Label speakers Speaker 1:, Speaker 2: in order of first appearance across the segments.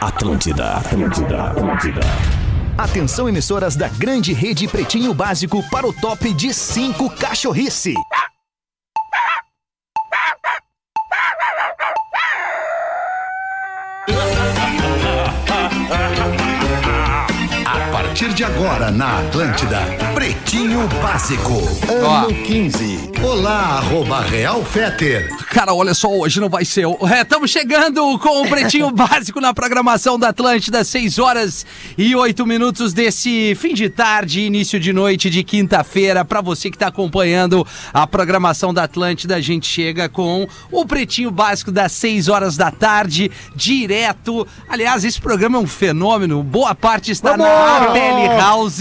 Speaker 1: Atlântida, Atlântida, Atlântida. Atenção, emissoras da grande rede Pretinho Básico para o top de 5 cachorrice.
Speaker 2: A partir de agora na Atlântida, Pretinho Básico,
Speaker 3: Ó.
Speaker 2: ano 15. Olá, arroba Real Feter.
Speaker 3: Cara, olha só, hoje não vai ser. Estamos chegando com o Pretinho Básico na programação da Atlântida, 6 horas e 8 minutos desse fim de tarde, início de noite de quinta-feira. Para você que está acompanhando a programação da Atlântida, a gente chega com o Pretinho Básico das 6 horas da tarde, direto. Aliás, esse programa é um fenômeno. Boa parte está na Apele House,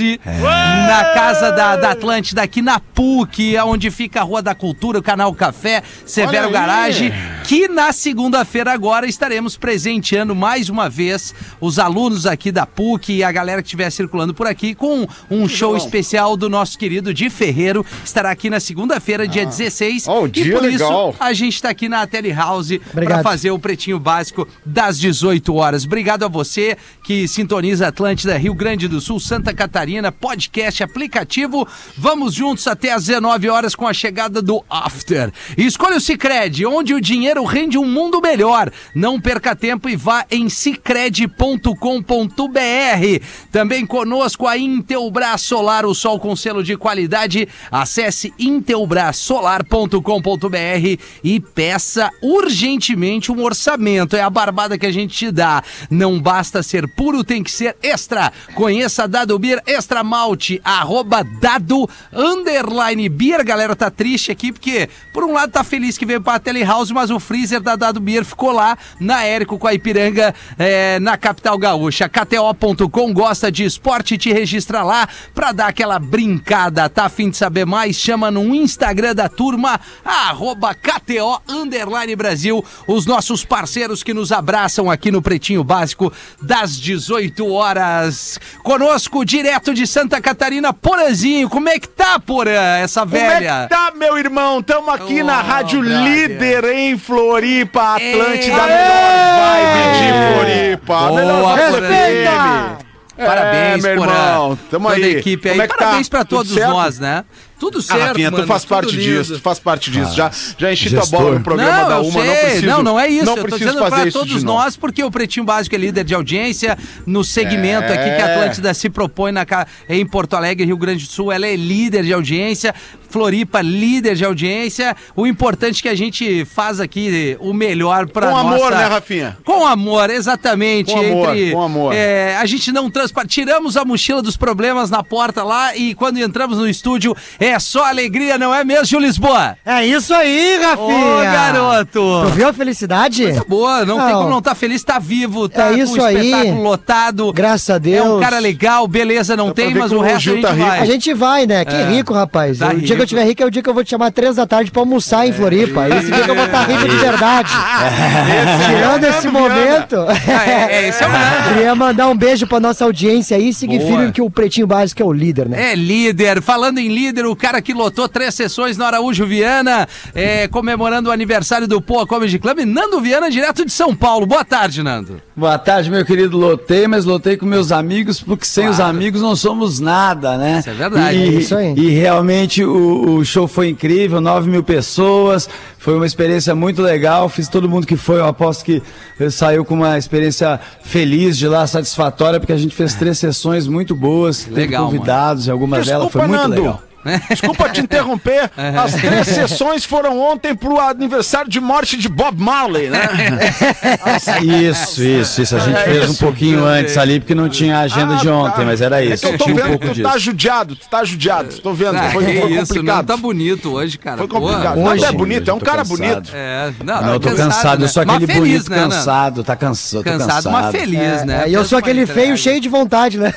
Speaker 3: na casa da, da Atlântida, aqui na PUC, é onde fica a Rua da Cultura, o Canal Café, Severo Garage, que na segunda-feira agora estaremos presenteando mais uma vez os alunos aqui da PUC e a galera que estiver circulando por aqui com um show especial do nosso querido Di Ferreiro. Estará aqui na segunda-feira, dia 16.
Speaker 4: Ó, o
Speaker 3: e
Speaker 4: dia
Speaker 3: por
Speaker 4: legal.
Speaker 3: isso a gente está aqui na Tele House para
Speaker 5: Obrigado.
Speaker 3: fazer o Pretinho Básico das 18 horas. Obrigado a você que sintoniza Atlântida, Rio Grande do Sul, Santa Catarina, podcast, aplicativo. Vamos juntos até às 19 horas com a chegada do After. E Escolha o Cicred, onde o dinheiro rende um mundo melhor. Não perca tempo e vá em cicred.com.br. Também conosco a Intelbras Solar, o sol com selo de qualidade. Acesse intelbrasolar.com.br e peça urgentemente um orçamento. É a barbada que a gente te dá. Não basta ser puro, tem que ser extra. Conheça a Dado Beer Extra Malte, arroba Dado Underline Beer. Galera, tá triste aqui porque, por um lado, tá feliz que veio pra Telehouse, mas o freezer da Dado Beer ficou lá na Érico com a Ipiranga, eh, na capital gaúcha. KTO.com gosta de esporte, te registra lá pra dar aquela brincada. Tá afim de saber mais? Chama no Instagram da turma, arroba KTO Underline Brasil, os nossos parceiros que nos abraçam aqui no Pretinho Básico das 18 horas. Conosco, direto de Santa Catarina, Porazinho. Como é que tá, Porã, essa
Speaker 4: Como é
Speaker 3: velha?
Speaker 4: que tá, meu irmão? Tamo aqui na
Speaker 3: Oh,
Speaker 4: Rádio
Speaker 3: brother.
Speaker 4: Líder em Floripa, Atlântida,
Speaker 3: Ei!
Speaker 4: melhor vibe
Speaker 3: Ei!
Speaker 4: de Floripa.
Speaker 3: Boa,
Speaker 4: melhor vibe
Speaker 3: Porã.
Speaker 4: FM. É,
Speaker 3: Parabéns,
Speaker 4: meu
Speaker 3: Porã.
Speaker 4: irmão. Tamo
Speaker 3: Toda
Speaker 4: aí.
Speaker 3: a equipe aí.
Speaker 4: Como é que tá?
Speaker 3: Parabéns pra
Speaker 4: Tudo
Speaker 3: todos
Speaker 4: certo?
Speaker 3: nós, né? Tudo
Speaker 4: Ah,
Speaker 3: certo,
Speaker 4: Rafinha,
Speaker 3: mano.
Speaker 4: tu faz
Speaker 3: tudo
Speaker 4: parte
Speaker 3: lindo. Ah,
Speaker 4: disso, tu faz parte disso. já já enchi tua bola no programa
Speaker 3: não,
Speaker 4: da
Speaker 3: eu
Speaker 4: Uma,
Speaker 3: sei.
Speaker 4: não preciso.
Speaker 3: Não, não é isso. eu tô
Speaker 4: preciso
Speaker 3: dizendo
Speaker 4: fazer
Speaker 3: pra
Speaker 4: isso de
Speaker 3: todos
Speaker 4: novo.
Speaker 3: nós, porque o Pretinho Básico é líder de audiência no segmento
Speaker 4: É.
Speaker 3: aqui que a Atlântida se propõe na, ca- em Porto Alegre, Rio Grande do Sul. Ela é líder de audiência. Floripa, líder de audiência. O importante é que a gente faz aqui o melhor pra
Speaker 4: Com
Speaker 3: nossa...
Speaker 4: amor, né, Rafinha?
Speaker 3: Com amor, exatamente.
Speaker 4: Com amor,
Speaker 3: entre,
Speaker 4: com amor.
Speaker 3: é, a gente não transpa... Tiramos a mochila dos problemas na porta lá e quando entramos no estúdio é só alegria, não é mesmo, Gil Lisboa?
Speaker 5: É isso aí,
Speaker 3: Ô,
Speaker 5: Rafinha! Tu
Speaker 3: garoto!
Speaker 5: viu a felicidade?
Speaker 3: Tá boa, não, tem
Speaker 5: É. Não.
Speaker 3: como não tá feliz, tá vivo, tá
Speaker 5: É
Speaker 3: com
Speaker 5: isso
Speaker 3: o
Speaker 5: aí.
Speaker 3: espetáculo lotado.
Speaker 5: Graças a
Speaker 3: É
Speaker 5: Deus.
Speaker 3: um cara legal, beleza, não tem,
Speaker 4: ver
Speaker 3: mas
Speaker 4: como
Speaker 3: o
Speaker 4: o
Speaker 3: resto
Speaker 4: Gil
Speaker 3: a gente
Speaker 4: tá rico.
Speaker 3: vai.
Speaker 5: A gente vai, né? Que
Speaker 3: É.
Speaker 5: rico, rapaz.
Speaker 3: Tá
Speaker 5: o dia
Speaker 3: rico. É.
Speaker 5: que eu tiver rico é o dia que eu vou te chamar três da tarde pra almoçar em Floripa. É Esse dia que eu vou estar rico de verdade. Tirando esse momento.
Speaker 3: Ah, é, é, esse é o grande.
Speaker 5: Queria mandar um beijo pra nossa audiência aí. Siga
Speaker 3: Boa.
Speaker 5: firme que o Pretinho Básico é o líder, né?
Speaker 3: É líder, falando em líder, o cara que lotou três sessões no Araújo Viana, é, comemorando o aniversário do Poa Comedy Club, Nando Viana, direto de São Paulo. Boa tarde, Nando.
Speaker 6: Boa tarde, meu querido. Lotei, mas lotei com meus amigos, porque sem os amigos não somos nada, né?
Speaker 3: Isso é verdade.
Speaker 6: E,
Speaker 3: É
Speaker 5: isso aí.
Speaker 6: e realmente o, o show foi incrível, 9 mil pessoas, foi uma experiência muito legal. Fiz todo mundo que foi, eu aposto que eh, saiu com uma experiência feliz de lá, satisfatória, porque a gente fez três sessões muito boas, teve
Speaker 3: Legal, mano.
Speaker 6: convidados e algumas delas, foi
Speaker 4: Desculpa,
Speaker 6: muito
Speaker 4: Nando.
Speaker 6: legal.
Speaker 4: Desculpa te interromper. As três sessões foram ontem pro aniversário de morte de Bob Marley, né?
Speaker 6: Isso, isso, isso. A
Speaker 4: É
Speaker 6: gente fez um pouquinho antes ali, porque não tinha a agenda de ontem, mas era
Speaker 4: É
Speaker 6: isso.
Speaker 4: que eu tô
Speaker 6: Tinha um
Speaker 4: vendo
Speaker 6: pouco
Speaker 4: que tu
Speaker 6: disso.
Speaker 4: tá judiado, tu tá judiado. Tô vendo,
Speaker 3: Ah,
Speaker 4: foi,
Speaker 3: que
Speaker 4: foi
Speaker 3: isso, não
Speaker 4: complicado.
Speaker 3: tá bonito hoje, cara.
Speaker 4: Foi
Speaker 3: Pô.
Speaker 4: complicado.
Speaker 6: Hoje,
Speaker 4: Nando é
Speaker 6: hoje,
Speaker 4: bonito, é um
Speaker 6: tô
Speaker 4: cara
Speaker 6: cansado.
Speaker 4: bonito.
Speaker 3: É, não,
Speaker 6: Ah, Não, eu tô cansado, eu sou
Speaker 3: Mas
Speaker 6: aquele
Speaker 3: feliz,
Speaker 6: bonito
Speaker 3: né, Nando?
Speaker 6: cansado, tá cansado, tô cansado.
Speaker 3: Cansado, mas feliz, né?
Speaker 5: É, e eu
Speaker 3: Fez
Speaker 5: sou
Speaker 3: uma
Speaker 5: aquele feio
Speaker 3: entrega.
Speaker 5: cheio de vontade, né?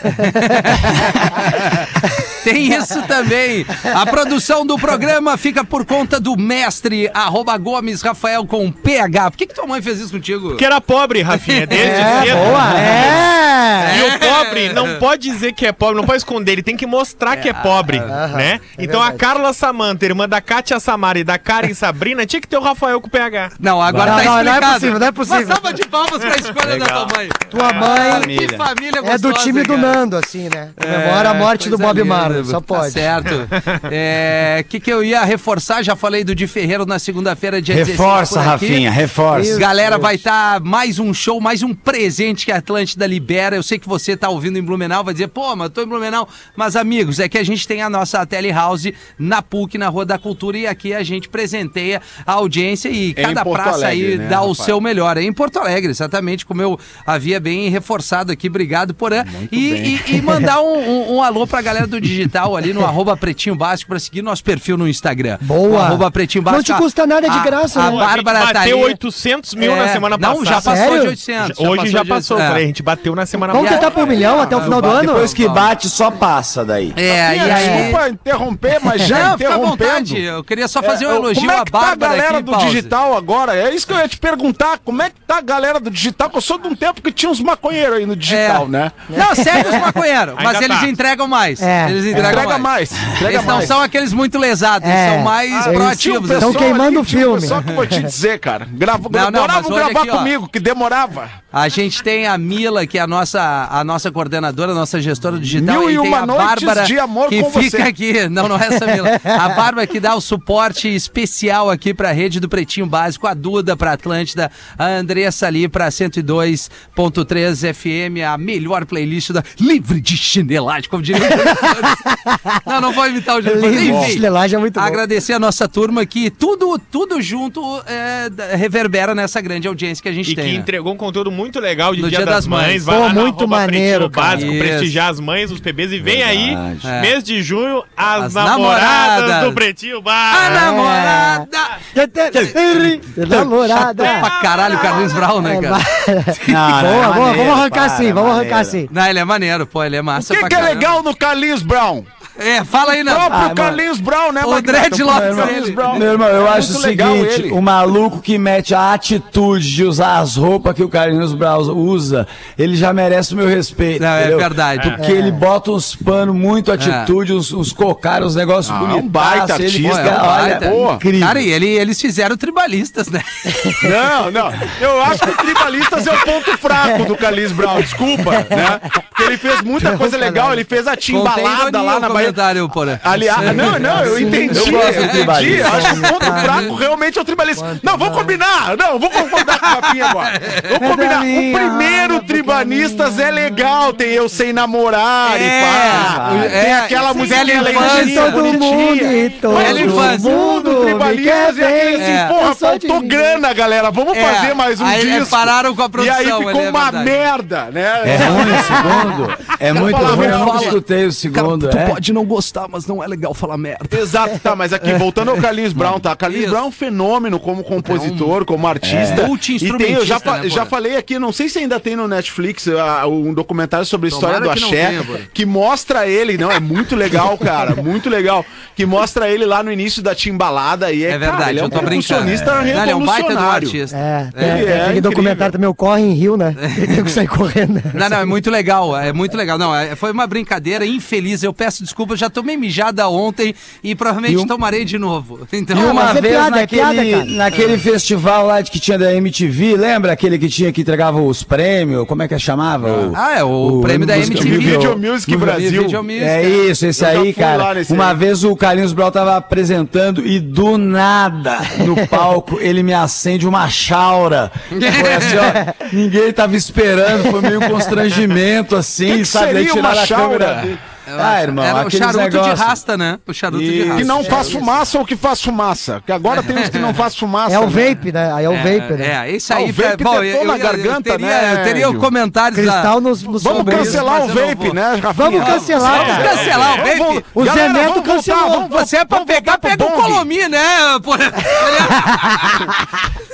Speaker 3: Tem isso também. A produção do programa fica por conta do mestre, arroba Gomes Rafael com PH. Por que, que tua mãe fez isso contigo?
Speaker 7: Porque era pobre, Rafinha, desde
Speaker 5: É,
Speaker 7: cedo.
Speaker 5: boa, é.
Speaker 7: E o pobre não pode dizer que é pobre, não pode esconder, ele tem que mostrar que é pobre, né? então a Carla Samanta, irmã da Kátia Samara e da Karen Sabrina, tinha que ter o Rafael com o PH.
Speaker 3: Não, agora
Speaker 5: Não,
Speaker 3: tá
Speaker 5: não, não é
Speaker 3: explicado.
Speaker 5: possível, não é possível.
Speaker 3: Uma salva de palmas pra escolha da tua mãe. Ah,
Speaker 5: Tua mãe
Speaker 3: Que família gostosa,
Speaker 5: é do time do
Speaker 3: cara. É,
Speaker 5: Nando, assim, né? Comemora a morte do
Speaker 3: coisa
Speaker 5: Bob
Speaker 3: linda,
Speaker 5: Marley,
Speaker 3: Tá
Speaker 5: só pode.
Speaker 3: certo. É, que que eu ia reforçar? Já falei do Di Ferreiro na segunda-feira, dia 16
Speaker 6: Reforça,
Speaker 3: por aqui.
Speaker 6: Rafinha, reforça.
Speaker 3: Galera, vai estar mais um show, mais um presente que a Atlântida libera. Eu sei que você tá ouvindo em Blumenau, vai dizer, pô, mas eu tô em Blumenau. Mas, amigos, é que a gente tem a nossa telehouse na PUC, na Rua da Cultura, e aqui a gente presenteia a audiência e
Speaker 4: É em
Speaker 3: cada
Speaker 4: Porto
Speaker 3: praça aí
Speaker 4: Alegre, né,
Speaker 3: dá o
Speaker 4: rapaz?
Speaker 3: seu melhor. É em Porto Alegre, exatamente, como eu havia bem reforçado aqui. Obrigado, Porã. E, e, e mandar um, um, um alô pra galera do digital ali no arroba Pretinho Básico pra seguir nosso perfil no Instagram.
Speaker 5: Boa.
Speaker 3: O Arroba Pretinho
Speaker 5: Não
Speaker 3: Básico.
Speaker 5: te custa nada, é de
Speaker 3: A-
Speaker 5: graça,
Speaker 3: A
Speaker 5: né?
Speaker 3: Bárbara tá
Speaker 7: bateu
Speaker 3: aí.
Speaker 7: 800 mil na
Speaker 3: É,
Speaker 7: semana
Speaker 3: não,
Speaker 7: passada.
Speaker 3: já passou
Speaker 5: Sério?
Speaker 3: de 800.
Speaker 7: Hoje já passou,
Speaker 3: de-
Speaker 7: peraí, a
Speaker 3: é.
Speaker 7: gente bateu na semana
Speaker 5: Vamos
Speaker 7: passada.
Speaker 5: tentar por um milhão até o final do ano?
Speaker 6: Depois que bate, só passa daí.
Speaker 3: É, e aí...
Speaker 4: Desculpa interromper, mas já
Speaker 3: Não, fica à
Speaker 4: interrompendo.
Speaker 3: vontade. Eu queria só fazer um
Speaker 4: É,
Speaker 3: elogio
Speaker 4: como é
Speaker 3: à
Speaker 4: que tá a
Speaker 3: Bárbara
Speaker 4: galera
Speaker 3: aqui,
Speaker 4: do
Speaker 3: Pause.
Speaker 4: digital agora? É isso que eu ia te perguntar. Como é que tá a galera do digital? Que eu sou de um tempo que tinha uns maconheiros aí no digital,
Speaker 3: É.
Speaker 4: né?
Speaker 3: Não, segue os maconheiros, mas
Speaker 7: Ainda
Speaker 3: eles
Speaker 7: tá.
Speaker 3: entregam mais.
Speaker 5: É.
Speaker 3: Eles entregam
Speaker 4: Entrega
Speaker 3: mais.
Speaker 4: mais. Entrega
Speaker 3: Eles não
Speaker 4: mais.
Speaker 3: são aqueles muito lesados,
Speaker 5: É.
Speaker 3: eles são mais
Speaker 5: Ah,
Speaker 3: proativos. assim.
Speaker 5: eles
Speaker 4: Pessoal
Speaker 5: Tão queimando
Speaker 4: ali, tinha
Speaker 5: o
Speaker 4: um
Speaker 5: filme.
Speaker 4: pessoal que eu vou te dizer, cara. Grava,
Speaker 3: Não, não, mas
Speaker 4: demoravam
Speaker 3: hoje
Speaker 4: gravar
Speaker 3: aqui, ó.
Speaker 4: comigo, que demorava.
Speaker 3: A gente tem a Mila, que é a nossa, a nossa coordenadora, a nossa gestora digital.
Speaker 4: Mil e
Speaker 3: tem
Speaker 4: uma
Speaker 3: a
Speaker 4: noites
Speaker 3: Bárbara,
Speaker 4: de amor
Speaker 3: que
Speaker 4: com
Speaker 3: fica
Speaker 4: você.
Speaker 3: aqui. Não, não é essa Mila. A Bárbara que dá o suporte especial aqui pra rede do Pretinho Básico, a Duda pra Atlântida, a Andressa ali pra 102.3 FM, a melhor playlist da Livre de Chinelagem, como diria o professor. Não, não vou imitar o Júlio.
Speaker 5: Livre de
Speaker 3: Enfim,
Speaker 5: chinelagem é muito bom.
Speaker 3: Agradecer a nossa turma que tudo, tudo junto é, da- reverbera nessa grande audiência que a gente
Speaker 7: E
Speaker 3: tem.
Speaker 7: que
Speaker 3: né?
Speaker 7: entregou um conteúdo muito legal de
Speaker 3: No
Speaker 7: Dia, das, Mães.
Speaker 5: Pô,
Speaker 7: no
Speaker 5: muito
Speaker 7: arroba
Speaker 5: maneiro,
Speaker 7: Pretinho
Speaker 5: cara.
Speaker 7: Básico,
Speaker 3: Isso.
Speaker 7: prestigiar as mães, os bebês. E vem
Speaker 6: Verdade.
Speaker 7: aí,
Speaker 3: É.
Speaker 7: mês de junho, as,
Speaker 3: As
Speaker 7: namoradas,
Speaker 3: namoradas. Ah,
Speaker 7: do Pretinho
Speaker 3: A
Speaker 7: Básico.
Speaker 3: namorada!
Speaker 5: Namorada.
Speaker 3: É pra caralho o Carlinhos Brown, né, cara?
Speaker 6: Não, não, é
Speaker 5: né? Boa, boa,
Speaker 6: maneiro,
Speaker 5: vamos arrancar
Speaker 6: para,
Speaker 5: assim, vamos arrancar
Speaker 6: maneiro.
Speaker 5: assim.
Speaker 3: Não, ele é maneiro, pô, ele é massa
Speaker 4: O que,
Speaker 3: pra
Speaker 4: que é
Speaker 3: caralho.
Speaker 4: legal no Carlinhos Brown?
Speaker 3: É, fala aí,
Speaker 4: O
Speaker 3: não.
Speaker 4: próprio
Speaker 6: mano.
Speaker 4: Carlinhos Brown, né,
Speaker 3: O
Speaker 4: Magnata?
Speaker 3: Dredd Lopes
Speaker 4: Carlinhos
Speaker 3: dele.
Speaker 4: Brown.
Speaker 6: Meu irmão, eu
Speaker 4: É
Speaker 6: acho o
Speaker 4: muito legal
Speaker 6: seguinte,
Speaker 4: ele.
Speaker 6: o maluco que mete a atitude de usar as roupas que o Carlinhos Brau usa, ele já merece o meu respeito.
Speaker 3: Não, é
Speaker 6: entendeu?
Speaker 3: verdade.
Speaker 6: Porque ele bota uns panos muito atitude, uns, uns cocaros, uns negócios
Speaker 4: Ah,
Speaker 6: bonitos.
Speaker 4: um baita
Speaker 6: ele
Speaker 4: artista,
Speaker 6: fica,
Speaker 4: um
Speaker 6: olha,
Speaker 4: baita. Boa.
Speaker 6: incrível.
Speaker 3: é Cara, e é. ele, eles fizeram tribalistas, né?
Speaker 4: Não, não. Eu acho que o Tribalistas é o ponto fraco do Carlinhos Brown, desculpa, né? Porque ele fez muita coisa legal, ele fez a timbalada
Speaker 3: Contém
Speaker 4: lá
Speaker 3: ironia
Speaker 4: na
Speaker 3: o
Speaker 4: Bahia. Ah,
Speaker 3: comentário, né? porra.
Speaker 4: Aliás, não, não, eu entendi.
Speaker 6: Eu
Speaker 4: Eu,
Speaker 6: gosto do
Speaker 4: entendi.
Speaker 6: tribalista.
Speaker 4: Eu acho que o
Speaker 3: Ah, tá.
Speaker 4: ponto fraco realmente é o tribalista. não, vou combinar. Não, vou concordar com o Rafinha agora. Vou combinar. O
Speaker 5: minha
Speaker 3: ah,
Speaker 4: primeiro Tribalistas é legal. Tem Eu Sem Namorar
Speaker 3: É,
Speaker 4: e pá.
Speaker 3: é,
Speaker 4: tem aquela
Speaker 3: sim,
Speaker 4: música
Speaker 3: velha
Speaker 5: E
Speaker 3: infância,
Speaker 5: todo mundo, e todo
Speaker 3: Velha infância.
Speaker 5: mundo,
Speaker 4: Mundo
Speaker 5: tribalistas
Speaker 4: Tribalistas e aquele assim,
Speaker 3: É.
Speaker 4: porra,
Speaker 5: Eu sou de
Speaker 4: faltou
Speaker 5: ninguém.
Speaker 4: grana, galera. Vamos
Speaker 3: É,
Speaker 4: fazer mais um
Speaker 3: aí, é,
Speaker 4: disco.
Speaker 3: pararam com a
Speaker 4: e
Speaker 3: produção,
Speaker 4: aí
Speaker 3: ele
Speaker 4: ficou
Speaker 3: é
Speaker 4: uma
Speaker 3: verdade.
Speaker 4: merda,
Speaker 6: É
Speaker 4: né?
Speaker 6: ruim o segundo? É muito
Speaker 4: falar,
Speaker 6: ruim,
Speaker 4: não
Speaker 6: eu não
Speaker 4: fala.
Speaker 6: escutei o segundo. é?
Speaker 1: não gostar, mas não é legal falar merda.
Speaker 4: Exato, tá, mas aqui, voltando ao Carlinhos Brown, tá?
Speaker 3: É.
Speaker 4: Carlinhos
Speaker 3: Isso.
Speaker 4: Brown é um fenômeno como compositor, como artista.
Speaker 3: É.
Speaker 4: E tem, eu já, fa-
Speaker 3: Multi-instrumentista, né,
Speaker 4: já
Speaker 3: Bora?
Speaker 4: falei aqui, não sei se ainda tem no Netflix ah, um documentário sobre a história do
Speaker 3: Tomara que não
Speaker 4: Axé,
Speaker 3: tenha, Bora.
Speaker 4: que mostra ele, não, é muito legal, cara, muito legal, que mostra ele lá no início da timbalada e é,
Speaker 3: É verdade,
Speaker 4: cara, ele é um
Speaker 3: eu tô brincando.
Speaker 4: percussionista
Speaker 3: É. Não, ele é um baita do
Speaker 4: revolucionário.
Speaker 3: artista.
Speaker 5: É, tem,
Speaker 4: Ele
Speaker 5: tem
Speaker 4: é
Speaker 5: aquele
Speaker 4: incrível.
Speaker 5: documentário também, o Corre em Rio, né? Ele tem que sair correndo. né?
Speaker 3: Não, não, é muito legal, é muito legal. Não, é- foi uma brincadeira infeliz, eu peço desculpa, eu já tomei mijada ontem e provavelmente
Speaker 4: um
Speaker 3: tomarei de novo. Então,
Speaker 6: E uma
Speaker 5: mas é
Speaker 6: vez
Speaker 5: piada, é
Speaker 6: naquele,
Speaker 5: piada, cara.
Speaker 6: naquele festival lá de que tinha da MTV, lembra aquele que tinha que entregava os prêmios? Como é que chamava? O-
Speaker 3: Ah, é, o prêmio da
Speaker 6: Música-
Speaker 3: MTV.
Speaker 4: Video Music Brasil.
Speaker 3: Video Music,
Speaker 6: É
Speaker 3: cara.
Speaker 6: isso, esse
Speaker 4: Eu já
Speaker 6: aí,
Speaker 4: fui lá
Speaker 6: cara.
Speaker 4: nesse
Speaker 6: Uma
Speaker 4: aí.
Speaker 6: vez o Carlinhos Brau tava apresentando e do nada, no palco, ele me acende uma chaura. Foi assim, ó, ninguém tava esperando, foi meio constrangimento, assim,
Speaker 4: Que que
Speaker 6: sabe? Daí
Speaker 4: seria uma
Speaker 6: tiraram a
Speaker 4: chaura?
Speaker 6: câmera dele. Ah, irmão,
Speaker 3: Era o
Speaker 6: aqueles
Speaker 3: é charuto
Speaker 6: negócios.
Speaker 3: de rasta, né? O charuto de rasta.
Speaker 4: Que não faz
Speaker 7: É
Speaker 4: fumaça ou que faz fumaça. Que agora tem uns que não faz fumaça.
Speaker 5: É
Speaker 4: né?
Speaker 5: o vape, né? Aí é o vape, né?
Speaker 3: É, isso
Speaker 4: Ah,
Speaker 3: aí.
Speaker 4: o vape
Speaker 3: bom,
Speaker 4: detona a garganta,
Speaker 3: teria,
Speaker 4: né,
Speaker 3: Eu teria
Speaker 4: Gil?
Speaker 3: comentários
Speaker 5: Cristal
Speaker 3: da...
Speaker 5: nos, nos
Speaker 4: Vamos
Speaker 5: sobre isso.
Speaker 4: cancelar o
Speaker 3: mas eu não
Speaker 4: vape,
Speaker 3: vou.
Speaker 4: né, Rafinha?
Speaker 5: Vamos cancelar,
Speaker 3: Vamos
Speaker 5: cara.
Speaker 3: cancelar o vape?
Speaker 5: O Zé
Speaker 4: Galera,
Speaker 5: Neto
Speaker 4: vamos voltar,
Speaker 5: cancelou.
Speaker 4: vamos voltar,
Speaker 3: Você é pra
Speaker 4: vamos
Speaker 3: pegar,
Speaker 4: voltar pro
Speaker 3: pega o
Speaker 4: bonde.
Speaker 3: Colomi, né? pô?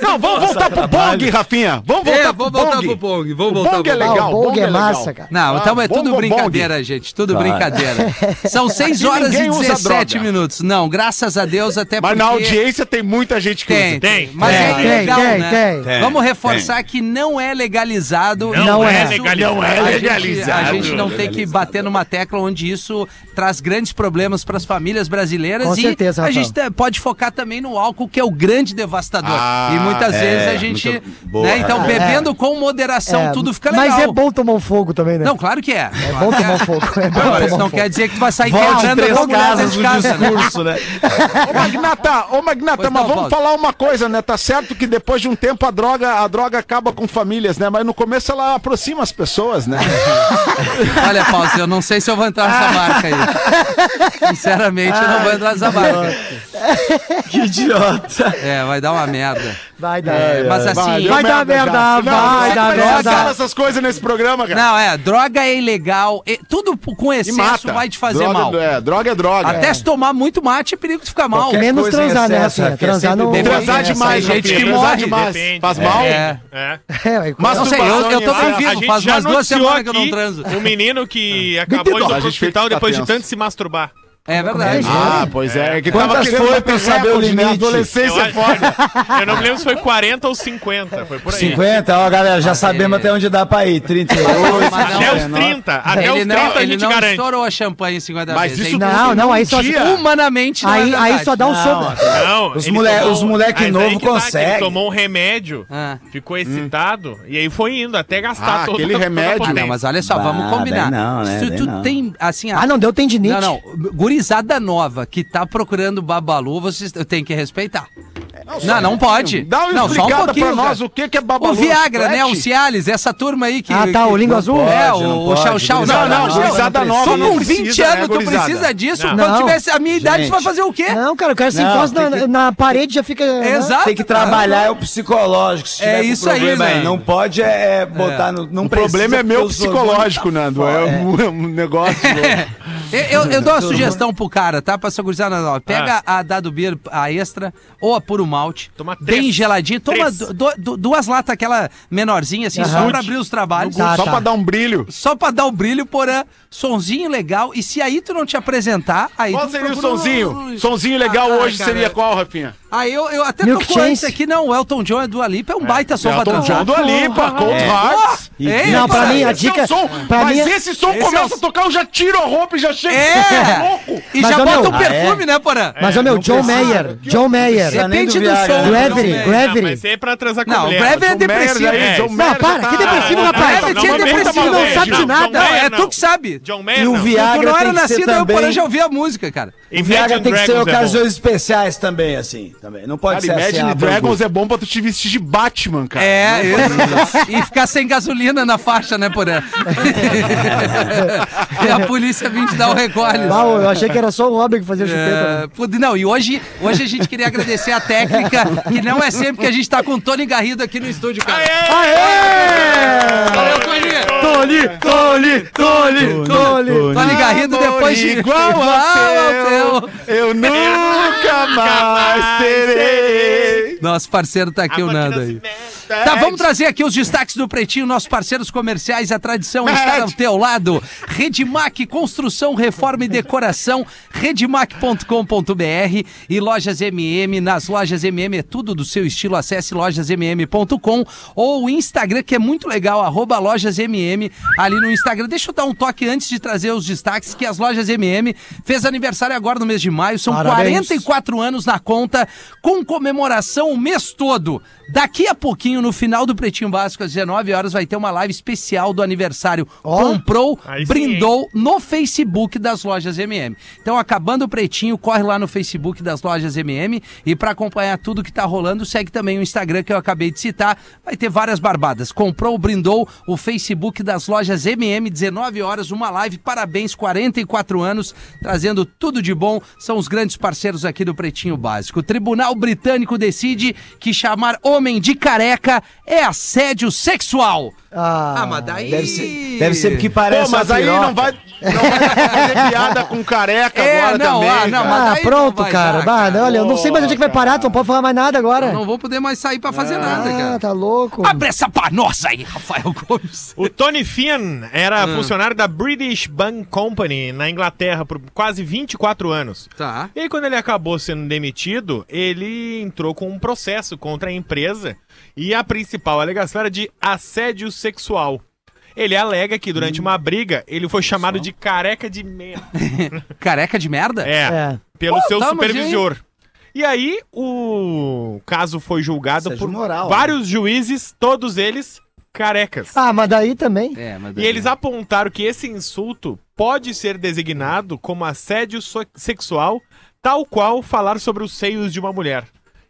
Speaker 4: Não, vamos
Speaker 6: Tá
Speaker 4: voltar pro Bong, Rafinha. Vamos voltar
Speaker 3: É,
Speaker 4: pro
Speaker 3: vamos voltar pro Bong. Vamos
Speaker 4: O
Speaker 3: voltar
Speaker 4: Bong é
Speaker 3: pro Bong.
Speaker 5: Ah,
Speaker 4: legal.
Speaker 5: o Bong é
Speaker 4: legal.
Speaker 5: massa, cara.
Speaker 3: Não, então é
Speaker 4: Bong
Speaker 3: tudo
Speaker 4: ou
Speaker 3: brincadeira, gente. Tudo
Speaker 6: Claro. senhora.
Speaker 3: brincadeira. São 6
Speaker 4: Aqui
Speaker 3: horas e
Speaker 4: ninguém usa
Speaker 3: 17
Speaker 4: droga.
Speaker 3: minutos. Não, graças a Deus, até
Speaker 4: Mas
Speaker 3: porque...
Speaker 4: na audiência tem muita gente que
Speaker 3: Tem,
Speaker 4: usa.
Speaker 3: tem.
Speaker 7: Tem,
Speaker 3: Mas
Speaker 5: tem,
Speaker 3: é
Speaker 5: tem,
Speaker 3: ilegal,
Speaker 5: tem,
Speaker 3: né?
Speaker 5: tem.
Speaker 2: Tem,
Speaker 3: Vamos reforçar que não é legalizado.
Speaker 7: Não
Speaker 5: Não é é.
Speaker 7: legalizado.
Speaker 4: Não é
Speaker 3: A gente- A
Speaker 4: legalizado.
Speaker 3: gente, não tem que bater numa tecla onde isso traz grandes problemas para as famílias brasileiras.
Speaker 5: Com
Speaker 3: e
Speaker 5: certeza,
Speaker 3: a
Speaker 5: Rafael.
Speaker 3: gente te- pode focar também no álcool, que é o grande devastador.
Speaker 4: Ah,
Speaker 3: e muitas
Speaker 2: é,
Speaker 3: vezes a gente.
Speaker 2: muito boa.
Speaker 3: né, então,
Speaker 5: É.
Speaker 3: bebendo com moderação,
Speaker 5: É,
Speaker 3: tudo fica legal.
Speaker 5: Mas é bom tomar um fogo também, né?
Speaker 3: Não, claro que é.
Speaker 5: É bom tomar um fogo. É bom
Speaker 3: Agora,
Speaker 5: tomar
Speaker 3: isso
Speaker 5: um
Speaker 3: não
Speaker 5: fogo.
Speaker 3: quer dizer que tu vai sair
Speaker 6: Volte
Speaker 3: quebrando a
Speaker 6: três
Speaker 3: tua mulher
Speaker 6: casas
Speaker 3: dentro
Speaker 6: no
Speaker 3: de casa, né?
Speaker 6: discurso, né?
Speaker 4: Ô, Magnata, ô, Magnata,
Speaker 3: Pois
Speaker 4: mas
Speaker 3: não, Paulo.
Speaker 4: vamos falar uma coisa, né? Tá certo que depois de um tempo a droga, a droga acaba com famílias, né? Mas no começo ela aproxima as pessoas, né?
Speaker 3: Olha, Paulo, eu não sei se eu vou entrar nessa marca aí. Sinceramente, eu não vou entrar nessa marca.
Speaker 6: Que idiota.
Speaker 3: É, vai dar uma merda.
Speaker 5: Vai dar.
Speaker 3: É, mas assim.
Speaker 4: deu
Speaker 5: vai dar merda,
Speaker 4: já.
Speaker 5: vai
Speaker 4: não,
Speaker 5: dar
Speaker 4: Não
Speaker 3: merda.
Speaker 4: fala essas coisas nesse programa, cara.
Speaker 3: Não, é, droga é ilegal. e- tudo com
Speaker 4: E
Speaker 3: excesso
Speaker 4: mata.
Speaker 3: vai te fazer
Speaker 4: droga,
Speaker 3: mal.
Speaker 4: É, droga é droga.
Speaker 3: Até se tomar muito mate, é perigo de ficar mal.
Speaker 6: Qualquer
Speaker 5: Menos
Speaker 6: coisa em
Speaker 5: transar, né,
Speaker 6: excesso,
Speaker 5: Rafinha?
Speaker 6: Rafinha,
Speaker 5: Transar
Speaker 6: sempre
Speaker 5: no-
Speaker 6: bom.
Speaker 4: É. Transar
Speaker 6: Essa
Speaker 4: demais,
Speaker 3: gente
Speaker 4: Rafinha,
Speaker 3: que
Speaker 4: Transar
Speaker 3: morre.
Speaker 4: demais.
Speaker 7: Depende,
Speaker 4: Faz
Speaker 7: é.
Speaker 4: mal?
Speaker 3: É.
Speaker 7: É.
Speaker 5: É, vai-
Speaker 4: Mas
Speaker 3: Não sei, eu, eu tô
Speaker 4: Masturbação
Speaker 3: bem
Speaker 4: animal.
Speaker 7: A
Speaker 3: vivo.
Speaker 7: gente
Speaker 3: Faz
Speaker 7: já
Speaker 3: umas duas
Speaker 7: noticiou
Speaker 3: semanas que eu não
Speaker 7: aqui
Speaker 3: transo.
Speaker 7: Um menino que acabou
Speaker 4: dó,
Speaker 7: de ir
Speaker 4: a
Speaker 7: pro
Speaker 4: gente
Speaker 7: hospital
Speaker 4: fica
Speaker 7: depois de
Speaker 4: tenso.
Speaker 7: tanto se masturbar.
Speaker 3: É verdade.
Speaker 4: Ah, pois é. é que
Speaker 6: Quantas
Speaker 4: tava querendo
Speaker 6: foi
Speaker 4: bater
Speaker 6: pra saber o
Speaker 4: recorde, né?
Speaker 6: limite?
Speaker 7: Eu,
Speaker 4: Adolescência é
Speaker 7: acho-
Speaker 4: foda.
Speaker 7: eu não me lembro se foi 40 ou 50. Foi por aí.
Speaker 6: 50, É. ó, galera,
Speaker 3: é-
Speaker 6: já sabemos até onde dá pra ir. 38,
Speaker 3: Mas não,
Speaker 7: Até os
Speaker 6: 39.
Speaker 7: 30. Até
Speaker 3: ele
Speaker 7: os 30
Speaker 3: não,
Speaker 7: É a
Speaker 3: ele
Speaker 7: gente
Speaker 3: não
Speaker 7: garante.
Speaker 3: estourou a champanhe em 50
Speaker 4: Mas
Speaker 3: vezes.
Speaker 4: isso
Speaker 3: hein?
Speaker 5: Não, não, aí
Speaker 3: Um
Speaker 5: só,
Speaker 4: Dia.
Speaker 3: Humanamente não é
Speaker 5: aí, aí
Speaker 3: verdade.
Speaker 5: só dá um soco.
Speaker 7: Não,
Speaker 6: Os
Speaker 7: ele
Speaker 6: mole- os moleque
Speaker 7: Mas aí
Speaker 6: novo
Speaker 7: que que ele
Speaker 6: consegue.
Speaker 7: tomou um remédio,
Speaker 3: Ah.
Speaker 7: ficou excitado e aí foi indo até gastar
Speaker 4: Ah,
Speaker 7: todo
Speaker 4: aquele remédio.
Speaker 3: Ah, não, mas olha só,
Speaker 6: Bah,
Speaker 3: vamos combinar.
Speaker 6: daí não, né,
Speaker 3: Se
Speaker 6: daí
Speaker 3: tu
Speaker 6: não.
Speaker 3: tem, assim, a-
Speaker 5: Ah, não, deu tendinite.
Speaker 3: Não, não. Gurizada nova que tá procurando babalu, vocês têm que respeitar. Não, não, pode.
Speaker 4: Dá uma
Speaker 3: não, um
Speaker 4: explicada pra nós
Speaker 3: cara.
Speaker 4: o que, que é babalu.
Speaker 3: O Viagra, né? O
Speaker 4: Chiclete?
Speaker 3: Cialis, essa turma aí que.
Speaker 5: Ah, tá,
Speaker 3: que-
Speaker 5: o língua azul?
Speaker 3: É,
Speaker 6: Pode, não
Speaker 3: o
Speaker 6: pode.
Speaker 3: Chau Chau.
Speaker 4: Não, não,
Speaker 3: não.
Speaker 4: gurizada nova.
Speaker 3: Só
Speaker 4: não
Speaker 3: com 20
Speaker 4: precisa, né,
Speaker 3: anos tu
Speaker 4: gurizada?
Speaker 3: precisa disso.
Speaker 7: Não.
Speaker 3: Quando
Speaker 5: Não.
Speaker 3: tivesse a minha idade, tu vai
Speaker 6: Gente.
Speaker 3: fazer o quê?
Speaker 5: Não, cara, o cara se
Speaker 6: Não,
Speaker 5: encosta
Speaker 6: tem
Speaker 5: na, na parede e já fica. né?
Speaker 3: Exato.
Speaker 6: Tem que trabalhar é o psicológico. Se
Speaker 3: É
Speaker 6: tiver com
Speaker 3: isso aí,
Speaker 6: problema
Speaker 3: Nando.
Speaker 6: Não pode é, é, botar no. Não
Speaker 4: O problema é meu psicológico, Nando. É
Speaker 6: fora.
Speaker 4: um, é um negócio.
Speaker 3: Eu, eu- eu dou uma sugestão pro cara, tá? Pra essa gurizada nova. Pega a Dado Beer, a extra, ou a Puro Malte.
Speaker 7: Toma três.
Speaker 3: bem geladinha. Toma
Speaker 7: Três.
Speaker 3: du- du- duas latas, aquela menorzinha, assim, só
Speaker 5: Aham.
Speaker 3: pra abrir os trabalhos.
Speaker 5: Tá,
Speaker 4: só
Speaker 5: tá.
Speaker 4: pra dar um brilho.
Speaker 3: Só pra dar o brilho, porã. Sonzinho legal. E se aí tu não te apresentar, aí.
Speaker 4: Qual
Speaker 3: tu
Speaker 4: seria o
Speaker 3: procura um-
Speaker 4: sonzinho? Sonzinho legal
Speaker 3: Ah,
Speaker 4: hoje
Speaker 3: cara.
Speaker 4: seria qual, Rafinha?
Speaker 3: Aí eu, eu até
Speaker 5: Milk
Speaker 3: tocou antes
Speaker 5: Chance.
Speaker 3: aqui, não. O Elton John é do Alipa, é um baita som pra
Speaker 4: Elton
Speaker 3: dançar.
Speaker 4: John do Alipa, Cold Hearts.
Speaker 3: Ah, é,
Speaker 5: Não, pra
Speaker 3: cara.
Speaker 5: mim, a
Speaker 4: Esse é o
Speaker 5: dica-
Speaker 4: som.
Speaker 5: pra
Speaker 4: Mas
Speaker 5: mim é-
Speaker 4: esse som
Speaker 3: esse é
Speaker 4: começa
Speaker 3: o-
Speaker 4: a tocar, eu já tiro a roupa e já chego.
Speaker 3: É!
Speaker 4: Tá Louco!
Speaker 3: E
Speaker 5: Mas,
Speaker 3: já
Speaker 5: ô,
Speaker 3: bota
Speaker 5: meu,
Speaker 3: o perfume, né, Porã?
Speaker 5: Mas, ô meu,
Speaker 6: É, não
Speaker 5: John
Speaker 6: precisa.
Speaker 5: Mayer. John Mayer.
Speaker 6: precisa. nem
Speaker 3: Depende é
Speaker 6: do
Speaker 3: do,
Speaker 6: Viagra,
Speaker 3: som.
Speaker 6: né?
Speaker 5: Gravity,
Speaker 3: Não,
Speaker 5: Gravity.
Speaker 7: Mas aí é pra transar com
Speaker 3: Não,
Speaker 7: mulher.
Speaker 3: breve é
Speaker 4: John Mayer
Speaker 3: depressivo.
Speaker 4: aí,
Speaker 3: É.
Speaker 4: John
Speaker 5: Não,
Speaker 4: Mayer
Speaker 5: para,
Speaker 4: já
Speaker 5: que
Speaker 4: tá-
Speaker 5: depressivo,
Speaker 4: É,
Speaker 5: rapaz.
Speaker 3: Grave,
Speaker 7: não,
Speaker 3: tinha
Speaker 7: não,
Speaker 3: depressivo,
Speaker 7: não,
Speaker 3: não
Speaker 7: não,
Speaker 3: sabe de
Speaker 7: não,
Speaker 3: nada.
Speaker 7: não,
Speaker 3: Não, É
Speaker 7: não.
Speaker 3: tu que sabe.
Speaker 7: John Mayer,
Speaker 6: E o
Speaker 7: não.
Speaker 3: Tu
Speaker 6: Viagra
Speaker 3: não era
Speaker 6: tem que ser
Speaker 3: nascido, eu porém
Speaker 6: também.
Speaker 3: já ouvia a música, cara.
Speaker 6: O
Speaker 7: Imagine
Speaker 6: Viagra tem que ser
Speaker 7: Dragons é bom.
Speaker 6: ocasiões especiais também, assim. Também. Não pode
Speaker 4: Cara,
Speaker 6: ser assim.
Speaker 4: Imagine
Speaker 6: ah,
Speaker 4: Dragons é bom pra tu te vestir de Batman, cara.
Speaker 3: É, isso. e ficar sem gasolina na faixa, né, Porã? e a polícia vem te dar o recolhe.
Speaker 5: Bah, Ah, eu achei que era só o Robin que fazia o
Speaker 3: É,
Speaker 5: chupeta. né?
Speaker 3: pude- não, e hoje, hoje a gente queria agradecer a técnica, que não é sempre que a gente tá com o Tony Garrido aqui no estúdio, cara. Valeu, Tony!
Speaker 6: Toli, Toli, Toli, Toli.
Speaker 4: Tá
Speaker 3: Tony Garrido, depois de...
Speaker 4: Igual
Speaker 3: ao
Speaker 4: ao
Speaker 3: teu.
Speaker 4: Eu nunca mais terei.
Speaker 3: Nosso parceiro tá aqui, o Nando aí. Tá, vamos trazer aqui os destaques do Pretinho, nossos parceiros comerciais, a tradição está ao teu lado. Redmac, construção, reforma e decoração, redmac.com.br e lojas MM, nas lojas MM é tudo do seu estilo, acesse lojasmm.com ou o Instagram que é muito legal, arroba lojasmm ali no Instagram. Deixa eu dar um toque antes de trazer os destaques que as lojas MM fez aniversário agora no mês de maio, são
Speaker 5: Parabéns.
Speaker 3: 44 quatro anos na conta, com comemoração o mês todo. Daqui a pouquinho, no final do Pretinho Básico, às 19 horas, vai ter uma live especial do aniversário.
Speaker 5: Ó.
Speaker 3: Comprou,
Speaker 7: Aí sim,
Speaker 3: brindou no Facebook das lojas MM. Então, acabando o Pretinho, corre lá no Facebook das lojas MM e para acompanhar tudo que tá rolando, segue também o Instagram que eu acabei de citar. Vai ter várias barbadas. Comprou, brindou o Facebook das lojas MM, 19 horas, uma live. Parabéns, 44 anos, trazendo tudo de bom. São os grandes parceiros aqui do Pretinho Básico. O Tribunal Britânico decide que chamar homem de careca é assédio sexual.
Speaker 5: Ah,
Speaker 3: Ah, mas daí.
Speaker 6: Deve ser, deve ser porque parece
Speaker 4: Pô, mas
Speaker 6: uma
Speaker 4: aí
Speaker 6: piroca.
Speaker 4: não vai, não vai fazer piada com careca
Speaker 3: É,
Speaker 4: agora
Speaker 3: não,
Speaker 4: também.
Speaker 3: ah, não,
Speaker 4: cara.
Speaker 3: mas
Speaker 5: ah,
Speaker 3: daí
Speaker 5: pronto,
Speaker 3: não vai
Speaker 5: cara.
Speaker 3: dar,
Speaker 5: Bah,
Speaker 3: cara.
Speaker 5: Olha, eu não sei mais onde é que vai parar, tu não pode falar mais nada agora.
Speaker 3: Não vou poder mais sair pra fazer nada,
Speaker 5: Ah,
Speaker 3: cara.
Speaker 5: tá louco.
Speaker 3: Abre essa panosa aí, Rafael Gomes.
Speaker 7: O Tony Finn era funcionário da British Bank Company na Inglaterra por quase 24 anos.
Speaker 3: Tá.
Speaker 7: E aí, quando ele acabou sendo demitido, ele entrou com um processo contra a empresa e a principal alegação era de assédio sexual. Ele alega que durante uma briga ele foi chamado de careca de merda.
Speaker 3: Careca de merda?
Speaker 7: É,
Speaker 5: É.
Speaker 7: pelo
Speaker 3: Pô,
Speaker 7: seu
Speaker 3: tá, mas e aí?
Speaker 7: supervisor. E aí o caso foi julgado
Speaker 6: Assédio
Speaker 7: por
Speaker 6: moral,
Speaker 7: vários juízes, todos eles carecas.
Speaker 5: Ah, mas daí também.
Speaker 3: É, mas
Speaker 7: E eles apontaram que esse insulto pode ser designado como assédio so- sexual, tal qual falar sobre os seios de uma mulher.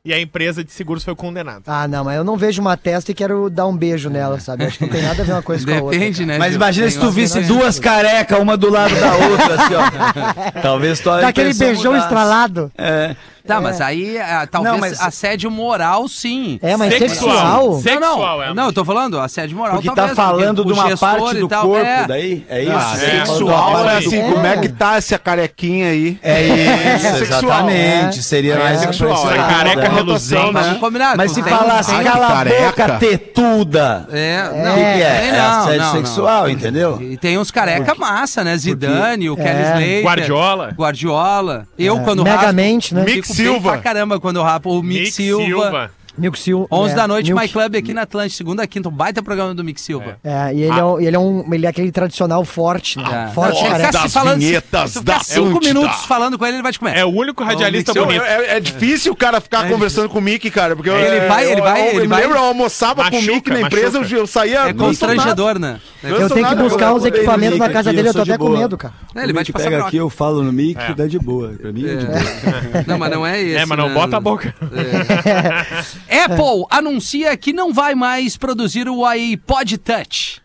Speaker 7: E a empresa de seguros foi condenada.
Speaker 5: Ah, não, mas eu não vejo uma testa e quero dar um beijo nela, sabe? Acho que não tem nada a ver uma coisa com a outra.
Speaker 3: Depende, né?
Speaker 6: Mas
Speaker 3: Gil?
Speaker 6: imagina
Speaker 3: Tem
Speaker 6: se tu
Speaker 3: umas
Speaker 6: visse
Speaker 3: que-
Speaker 6: duas carecas, uma do lado da outra, assim, ó. Talvez tu
Speaker 5: Daquele beijão estralado.
Speaker 6: É.
Speaker 3: Tá, mas aí ah, talvez
Speaker 6: Não, mas-
Speaker 3: assédio moral, sim.
Speaker 5: É, mas
Speaker 7: Sexual.
Speaker 5: sexual?
Speaker 3: Não,
Speaker 7: Sexual,
Speaker 3: não,
Speaker 7: é.
Speaker 3: não, eu tô falando assédio moral
Speaker 6: Porque
Speaker 3: talvez,
Speaker 6: tá falando
Speaker 3: porque
Speaker 6: de
Speaker 3: o
Speaker 6: uma
Speaker 3: gestor
Speaker 6: parte
Speaker 3: e
Speaker 6: do
Speaker 3: tal,
Speaker 6: corpo,
Speaker 3: é.
Speaker 6: daí? É isso?
Speaker 4: Ah,
Speaker 6: Você tá falando de uma
Speaker 3: né?
Speaker 4: sexual
Speaker 6: parte
Speaker 4: é
Speaker 6: do
Speaker 4: assim,
Speaker 5: É.
Speaker 4: como é que tá essa carequinha aí?
Speaker 6: É isso, exatamente. Seria mais
Speaker 4: sexual,
Speaker 6: pra esse
Speaker 4: é
Speaker 6: lado,
Speaker 4: careca
Speaker 6: né?
Speaker 4: reluzente.
Speaker 3: Mas vamos combinar.
Speaker 6: Mas
Speaker 3: tu
Speaker 6: se
Speaker 3: Tá tem-
Speaker 6: falasse,
Speaker 3: tem-
Speaker 6: cala a
Speaker 4: careca."
Speaker 6: boca, tetuda.
Speaker 3: É,
Speaker 6: O
Speaker 3: não,
Speaker 6: que, que é?
Speaker 3: tem
Speaker 6: é
Speaker 3: não,
Speaker 6: assédio
Speaker 3: não, não.
Speaker 6: sexual, entendeu?
Speaker 3: E tem uns careca massa, né? Zidane, o Kelly
Speaker 5: É.
Speaker 3: Slater.
Speaker 7: Guardiola.
Speaker 3: Guardiola.
Speaker 6: É.
Speaker 3: Eu, quando
Speaker 5: Megamente, né?
Speaker 3: raspo,
Speaker 4: Mick
Speaker 3: fico bem
Speaker 4: Silva.
Speaker 3: pra caramba quando eu rapo. O Mick, Silva.
Speaker 5: Milk Sil.
Speaker 3: 11
Speaker 5: é,
Speaker 3: da noite,
Speaker 5: Milk.
Speaker 3: My Club aqui na Atlântica. Segunda a quinta, um baita programa do Mick Silva.
Speaker 5: É, e ele,
Speaker 3: Ah.
Speaker 5: é, um, e ele, é um, ele é aquele tradicional forte, né?
Speaker 3: É.
Speaker 5: Forte,
Speaker 3: Não, se
Speaker 5: careca.
Speaker 3: ficar se falando, se-
Speaker 4: vinhetas
Speaker 3: se ficar
Speaker 4: da
Speaker 3: cinco
Speaker 4: Atlântida.
Speaker 3: minutos falando com ele, ele vai te comer.
Speaker 7: É o único radialista
Speaker 3: Não,
Speaker 7: bonito.
Speaker 4: É, é difícil o cara ficar conversando com o Mickey, cara. Porque eu-
Speaker 3: Ele vai, ele
Speaker 4: eu-
Speaker 3: vai,
Speaker 4: eu-
Speaker 3: ele
Speaker 4: eu
Speaker 3: vai.
Speaker 4: lembro, eu almoçava com o Mickey
Speaker 7: Machuca,
Speaker 4: na empresa, eu,
Speaker 7: machuca.
Speaker 4: eu saía.
Speaker 3: É constrangedor, né? É
Speaker 5: Eu tenho que
Speaker 4: Bolsonaro,
Speaker 5: buscar
Speaker 6: Tá
Speaker 4: eu-
Speaker 5: uns equipamentos na
Speaker 6: Aqui,
Speaker 5: casa dele, eu tô
Speaker 6: sou de
Speaker 5: até com
Speaker 6: boa.
Speaker 5: medo, cara.
Speaker 3: É, ele vai te
Speaker 6: te
Speaker 3: passar
Speaker 6: pega
Speaker 3: broca.
Speaker 6: aqui, eu falo no mic, dá de boa. Pra mim é de boa.
Speaker 3: Não, mas não é esse.
Speaker 7: É, mas não
Speaker 3: né?
Speaker 7: bota a boca.
Speaker 3: É. Apple anuncia que não vai mais produzir o iPod Touch.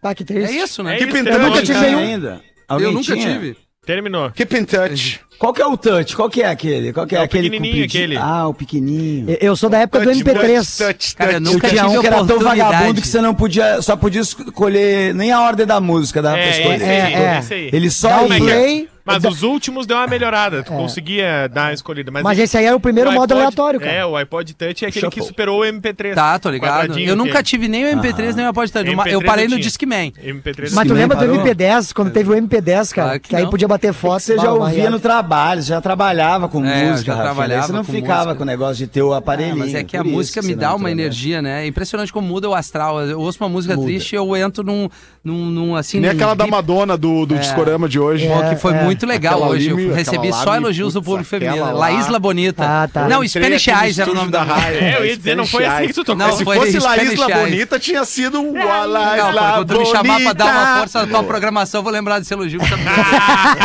Speaker 5: Pá, que
Speaker 3: É
Speaker 5: triste.
Speaker 3: isso, né?
Speaker 7: É
Speaker 4: Que
Speaker 7: isso,
Speaker 4: pintante.
Speaker 7: é
Speaker 4: Eu nunca
Speaker 7: isso.
Speaker 5: tive nenhum.
Speaker 6: ainda.
Speaker 3: Eu
Speaker 6: Alguém
Speaker 3: nunca
Speaker 6: tinha?
Speaker 3: tive.
Speaker 7: Terminou.
Speaker 4: Keep in touch.
Speaker 6: Qual que é o touch? Qual que é aquele? Qual que é,
Speaker 7: É o
Speaker 6: aquele
Speaker 7: pequenininho,
Speaker 6: com pedi-
Speaker 7: aquele.
Speaker 6: Ah, o pequenininho.
Speaker 5: Eu- Eu sou da época do
Speaker 4: Touch,
Speaker 5: MP3.
Speaker 4: touch, touch,
Speaker 3: Cara,
Speaker 4: touch.
Speaker 3: eu nunca
Speaker 6: Tinha
Speaker 3: tive
Speaker 6: um que era tão
Speaker 3: oportunidade.
Speaker 6: vagabundo que você não podia, só podia escolher nem a ordem da música, dava pra
Speaker 7: É,
Speaker 6: escolher.
Speaker 7: esse
Speaker 5: É,
Speaker 7: aí,
Speaker 5: é.
Speaker 7: esse aí.
Speaker 6: Ele só
Speaker 5: Dá o
Speaker 6: ia.
Speaker 7: Como é que é?
Speaker 5: play.
Speaker 7: Mas
Speaker 5: dá-
Speaker 7: os últimos deu uma melhorada. Tu conseguia dar a escolhida. É. Mas,
Speaker 5: Mas esse aí era o primeiro modo
Speaker 7: iPod-
Speaker 5: aleatório, cara.
Speaker 7: É, o iPod Touch é aquele que
Speaker 6: Shuffle.
Speaker 7: superou o MP3.
Speaker 3: Tá, tô ligado.
Speaker 7: Quadradinho
Speaker 3: Eu nunca
Speaker 7: aquele.
Speaker 3: tive nem o MP3, nem o iPod Touch. Uma- Eu
Speaker 7: MP3
Speaker 3: parei
Speaker 7: eu
Speaker 3: no
Speaker 7: tinha.
Speaker 3: Discman.
Speaker 7: MP3
Speaker 5: Mas tu
Speaker 6: Sim,
Speaker 5: lembra do
Speaker 6: parou?
Speaker 5: MP10, quando teve o MP10, cara?
Speaker 3: Claro que
Speaker 5: que, aí
Speaker 3: não.
Speaker 5: podia bater foto.
Speaker 6: Você já
Speaker 5: bah,
Speaker 6: ouvia
Speaker 5: mas-
Speaker 6: no trabalho, você já trabalhava com
Speaker 3: É, eu já
Speaker 6: música, Rafael.
Speaker 3: trabalhava
Speaker 6: Aí Você não
Speaker 3: com
Speaker 6: ficava
Speaker 3: música.
Speaker 6: com o negócio de
Speaker 5: Ah,
Speaker 6: ter o aparelhinho.
Speaker 3: mas é que a
Speaker 6: por isso
Speaker 3: música
Speaker 6: você
Speaker 3: me
Speaker 6: não
Speaker 3: dá uma
Speaker 6: trabalha.
Speaker 3: energia, né? É impressionante como muda o astral. Eu ouço uma música triste, eu entro num, num, num, assim...
Speaker 4: Nem
Speaker 3: num
Speaker 4: aquela da
Speaker 3: beat,
Speaker 4: Madonna do,
Speaker 3: É.
Speaker 4: do Discorama de hoje.
Speaker 3: pô, que foi
Speaker 5: É, é.
Speaker 3: muito legal
Speaker 4: Aquela
Speaker 3: hoje.
Speaker 4: ali,
Speaker 3: eu
Speaker 4: aquela
Speaker 3: recebi
Speaker 4: lá,
Speaker 3: só
Speaker 4: me-
Speaker 3: elogios do
Speaker 4: putz,
Speaker 3: público
Speaker 4: aquela
Speaker 3: feminino.
Speaker 4: lá.
Speaker 3: Laísla Bonita.
Speaker 5: Ah, tá.
Speaker 3: Não,
Speaker 4: Entrei aqui
Speaker 3: Spanish
Speaker 4: no
Speaker 3: Eyes era o
Speaker 4: estúdio
Speaker 3: nome da rádio.
Speaker 7: É, eu ia dizer, não foi assim que tu tocou.
Speaker 3: Não,
Speaker 4: Se
Speaker 3: foi
Speaker 4: fosse La
Speaker 3: Spanish
Speaker 4: Isla
Speaker 3: Eyes.
Speaker 4: Bonita, tinha sido o La
Speaker 3: Não,
Speaker 4: Isla
Speaker 3: quando tu me chamar pra dar uma
Speaker 4: Bonita.
Speaker 3: força na tua programação, eu vou lembrar desse elogio. Que tá...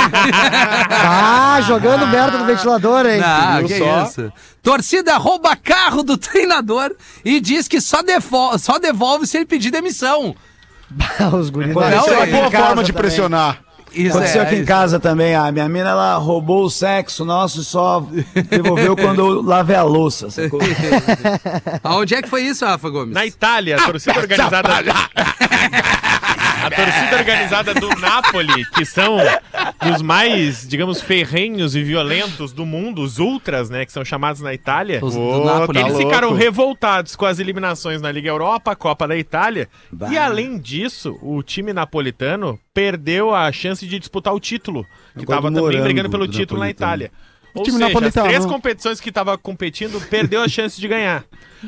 Speaker 5: Ah, jogando merda no ventilador, hein?
Speaker 3: Ah,
Speaker 4: viu
Speaker 3: que
Speaker 4: só?
Speaker 3: isso. Torcida rouba carro do treinador e diz que só, defo- só devolve se ele pedir demissão.
Speaker 5: Os guris.
Speaker 6: Quando-
Speaker 4: Isso é uma
Speaker 3: Não,
Speaker 4: boa
Speaker 6: em casa
Speaker 4: forma de
Speaker 6: também.
Speaker 4: pressionar.
Speaker 3: Isso
Speaker 6: Aconteceu
Speaker 3: é,
Speaker 6: aqui em
Speaker 3: isso.
Speaker 6: casa também, a minha mina ela roubou o sexo nosso e só devolveu quando eu lavei a louça. sacou?
Speaker 3: Aonde é que foi isso, Rafa Gomes?
Speaker 7: Na Itália, a torcida organizada. A torcida organizada do Napoli, que são os mais, digamos, ferrenhos e violentos do mundo, os ultras, né, que são chamados na Itália.
Speaker 3: Os do
Speaker 4: Ô,
Speaker 3: Napoli.
Speaker 4: tá
Speaker 7: Eles
Speaker 4: louco.
Speaker 7: ficaram revoltados com as eliminações na Liga Europa, Copa da Itália. E além disso, o time napolitano perdeu a chance de disputar o título,
Speaker 4: Tá
Speaker 7: que
Speaker 6: Agora
Speaker 7: estava
Speaker 6: do
Speaker 7: também
Speaker 6: morango
Speaker 7: brigando pelo
Speaker 6: do
Speaker 7: título na
Speaker 6: napolitano.
Speaker 7: Itália. Ou
Speaker 4: time
Speaker 7: seja,
Speaker 4: napolitano. né?
Speaker 7: as três competições que estava competindo, perdeu a chance de ganhar.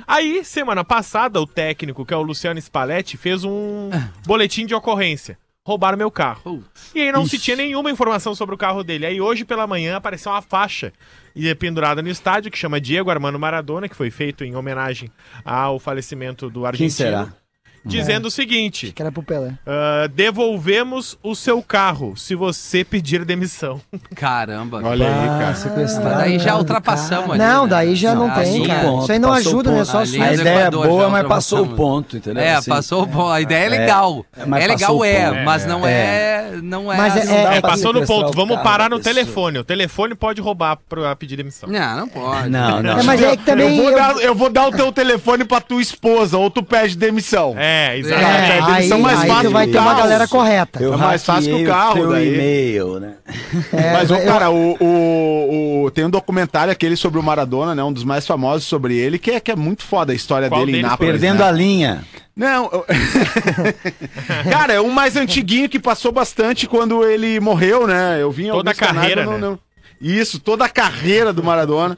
Speaker 7: Aí, semana passada, o técnico, que é o Luciano Spalletti, fez um boletim de ocorrência. Roubaram meu carro.
Speaker 3: Putz.
Speaker 7: E aí não se tinha nenhuma informação sobre o carro dele.
Speaker 4: Né?
Speaker 7: Aí hoje pela manhã apareceu uma faixa e é pendurada no estádio que chama Diego Armando Maradona, que foi feito em homenagem ao falecimento do argentino.
Speaker 6: Quem será?
Speaker 7: Dizendo o seguinte:
Speaker 5: Que era pro Pelé.
Speaker 7: ah, devolvemos o seu carro se você pedir demissão.
Speaker 3: Caramba.
Speaker 4: Olha aí,
Speaker 3: Ah.
Speaker 4: cara.
Speaker 6: Sequestrado.
Speaker 3: Daí já ultrapassamos ali,
Speaker 5: Ah, Não,
Speaker 3: né?
Speaker 5: daí já não,
Speaker 3: Não,
Speaker 5: tem,
Speaker 3: ali
Speaker 5: cara.
Speaker 3: é-
Speaker 5: Isso aí não
Speaker 6: passou o
Speaker 5: ajuda, né?
Speaker 6: ponto.
Speaker 5: Só
Speaker 3: Ali
Speaker 5: assim.
Speaker 6: A
Speaker 3: é-
Speaker 6: ideia é
Speaker 3: Equador, já
Speaker 6: boa, mas passou
Speaker 3: ultrapassamos.
Speaker 6: o ponto, entendeu?
Speaker 3: É,
Speaker 6: Assim,
Speaker 3: passou o ponto. A ideia é legal.
Speaker 6: É,
Speaker 3: É,
Speaker 6: mas
Speaker 3: legal,
Speaker 6: passou o
Speaker 3: é,
Speaker 6: ponto.
Speaker 3: mas não é. Não é.
Speaker 5: Mas é-
Speaker 3: não
Speaker 5: é-
Speaker 3: dá
Speaker 7: É,
Speaker 6: pra
Speaker 7: passou no
Speaker 6: sequestrar
Speaker 7: ponto.
Speaker 6: o
Speaker 7: Vamos
Speaker 6: carro
Speaker 7: parar
Speaker 6: da
Speaker 7: no
Speaker 6: pessoa.
Speaker 7: telefone. O telefone pode roubar para pedir demissão.
Speaker 3: Não, não pode.
Speaker 6: Não, não.
Speaker 5: É, mas é que também.
Speaker 4: eu, vou
Speaker 5: eu-
Speaker 4: dar, eu vou dar o teu telefone pra tua esposa, ou tu pede demissão.
Speaker 7: É, É, exatamente.
Speaker 5: É,
Speaker 4: eles
Speaker 5: aí,
Speaker 4: são mais
Speaker 5: aí
Speaker 4: fácil
Speaker 5: tu vai
Speaker 4: que
Speaker 5: ter uma
Speaker 4: caos.
Speaker 5: galera correta.
Speaker 6: Eu
Speaker 4: É mais fácil que o
Speaker 6: hackeei
Speaker 4: carro
Speaker 6: teu
Speaker 4: daí.
Speaker 6: e-mail, né?
Speaker 5: É,
Speaker 4: Mas, ô,
Speaker 5: eu-
Speaker 4: cara, o, o, o- tem um documentário aquele sobre o Maradona, né? Um dos mais famosos sobre ele, que é, que é muito foda a história
Speaker 7: Qual
Speaker 4: dele em
Speaker 7: deles
Speaker 4: Nápoles.
Speaker 6: Perdendo
Speaker 5: é.
Speaker 4: né?
Speaker 6: a linha.
Speaker 4: Não. eu- Cara, é um mais antiguinho que passou bastante quando ele morreu, né? Eu vim
Speaker 7: Toda a carreira, né?
Speaker 4: Isso, toda a carreira do Maradona.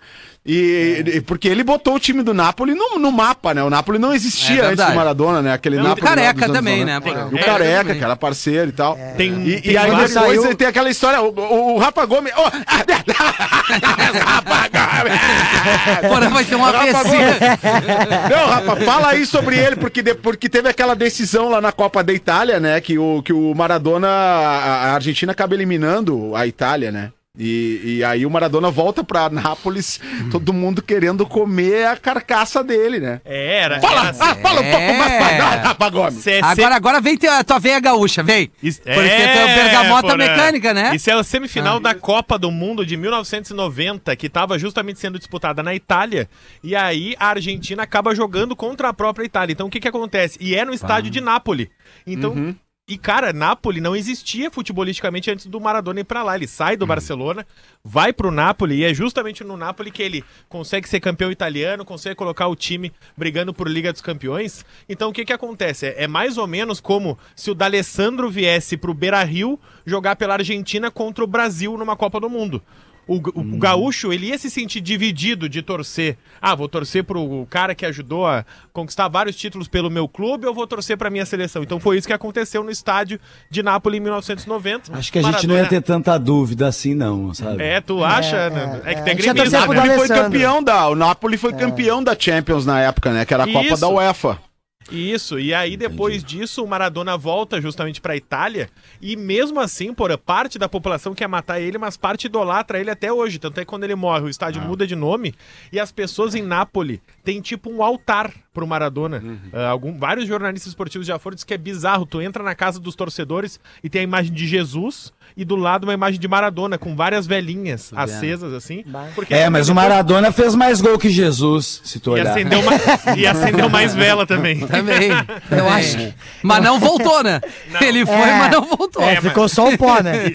Speaker 4: E,
Speaker 7: É.
Speaker 4: e- porque ele botou o time do Napoli no, no mapa, né? O Napoli não
Speaker 3: É
Speaker 4: existia antes
Speaker 3: verdade.
Speaker 4: do Maradona, né? Aquele
Speaker 3: Não,
Speaker 4: Napoli
Speaker 3: o
Speaker 4: lá dos
Speaker 3: Careca
Speaker 4: anos
Speaker 3: também,
Speaker 4: 90.
Speaker 3: né, pô?
Speaker 4: E o
Speaker 7: É,
Speaker 4: Careca,
Speaker 3: também.
Speaker 4: cara, parceiro e tal.
Speaker 7: Tem,
Speaker 4: E,
Speaker 7: tem
Speaker 4: e aí depois
Speaker 7: vários-
Speaker 4: ele tem aquela história, o, o- o Rafa Gomes. Ô, Rafa Gomes!
Speaker 3: Agora vai ter uma
Speaker 4: Rafa
Speaker 3: AVC.
Speaker 4: Não, rapaz, fala aí sobre ele, porque, de- porque teve aquela decisão lá na Copa da Itália, né? Que o, que o Maradona. A a Argentina acaba eliminando a Itália, né? E, e aí o Maradona volta pra Nápoles, todo mundo querendo comer a carcaça dele, né?
Speaker 7: É, era.
Speaker 4: Fala,
Speaker 7: era
Speaker 4: ah, fala um pouco mais pra nós,
Speaker 3: É.
Speaker 4: Rafa Gomes.
Speaker 7: se-
Speaker 3: Agora, agora vem ter a tua veia gaúcha, vem.
Speaker 7: Isso- É,
Speaker 3: Porque tem o bergamota mecânica, né?
Speaker 7: Isso é a semifinal da Copa do Mundo de 1990, que estava justamente sendo disputada na Itália. E aí a Argentina acaba jogando contra a própria Itália. Então o que, que acontece? E é no estádio de Nápoles. Então.
Speaker 3: Uhum.
Speaker 7: E, cara, Nápoles não existia futebolisticamente antes do Maradona ir pra lá. Ele sai do
Speaker 3: Uhum.
Speaker 7: Barcelona, vai pro Nápoles, e é justamente no Nápoles que ele consegue ser campeão italiano, consegue colocar o time brigando por Liga dos Campeões. Então, o que que acontece? É, é mais ou menos como se o D'Alessandro viesse pro Beira-Rio jogar pela Argentina contra o Brasil numa Copa do Mundo. O, ga- o
Speaker 6: Hum.
Speaker 7: gaúcho, ele ia se sentir dividido de torcer. Ah, vou torcer pro cara que ajudou a conquistar vários títulos pelo meu clube ou vou torcer pra minha seleção? Então foi isso que aconteceu no estádio de Nápoles em 1990.
Speaker 6: Acho que a gente não ia ter tanta dúvida assim, não, sabe?
Speaker 7: É, tu acha?
Speaker 5: É,
Speaker 7: Nando?
Speaker 5: é,
Speaker 7: É, que
Speaker 5: é.
Speaker 7: tem
Speaker 5: A gente ia
Speaker 4: O
Speaker 5: torcer
Speaker 7: gremista,
Speaker 5: pro
Speaker 7: né?
Speaker 4: Napoli foi
Speaker 5: D'Alessandro.
Speaker 4: campeão da. O Napoli foi campeão da Champions na época, né? Que era a Copa
Speaker 7: É. Isso.
Speaker 4: da UEFA.
Speaker 7: Isso, e aí depois disso o Maradona volta justamente pra Itália e mesmo assim, porra, parte da população quer matar ele, mas parte idolatra ele até hoje. Tanto é que quando ele morre, o
Speaker 6: Ah.
Speaker 7: estádio muda de nome e as pessoas em Nápoles têm tipo um altar pro Maradona.
Speaker 6: Uhum.
Speaker 7: Ah, algum, vários jornalistas esportivos já foram, diz que é bizarro. Tu entra na casa dos torcedores e tem a imagem de Jesus e do lado uma imagem de Maradona com várias velhinhas acesas assim. Porque
Speaker 6: É, mas o Maradona fez mais gol que Jesus, se tu
Speaker 7: E
Speaker 6: olhar.
Speaker 7: acendeu, ma- e acendeu mais vela também.
Speaker 6: Tá
Speaker 3: Também. Eu acho que. Mas não voltou, né? Ele foi,
Speaker 5: É.
Speaker 3: mas não voltou.
Speaker 5: É,
Speaker 3: É,
Speaker 5: ficou só o pó, né?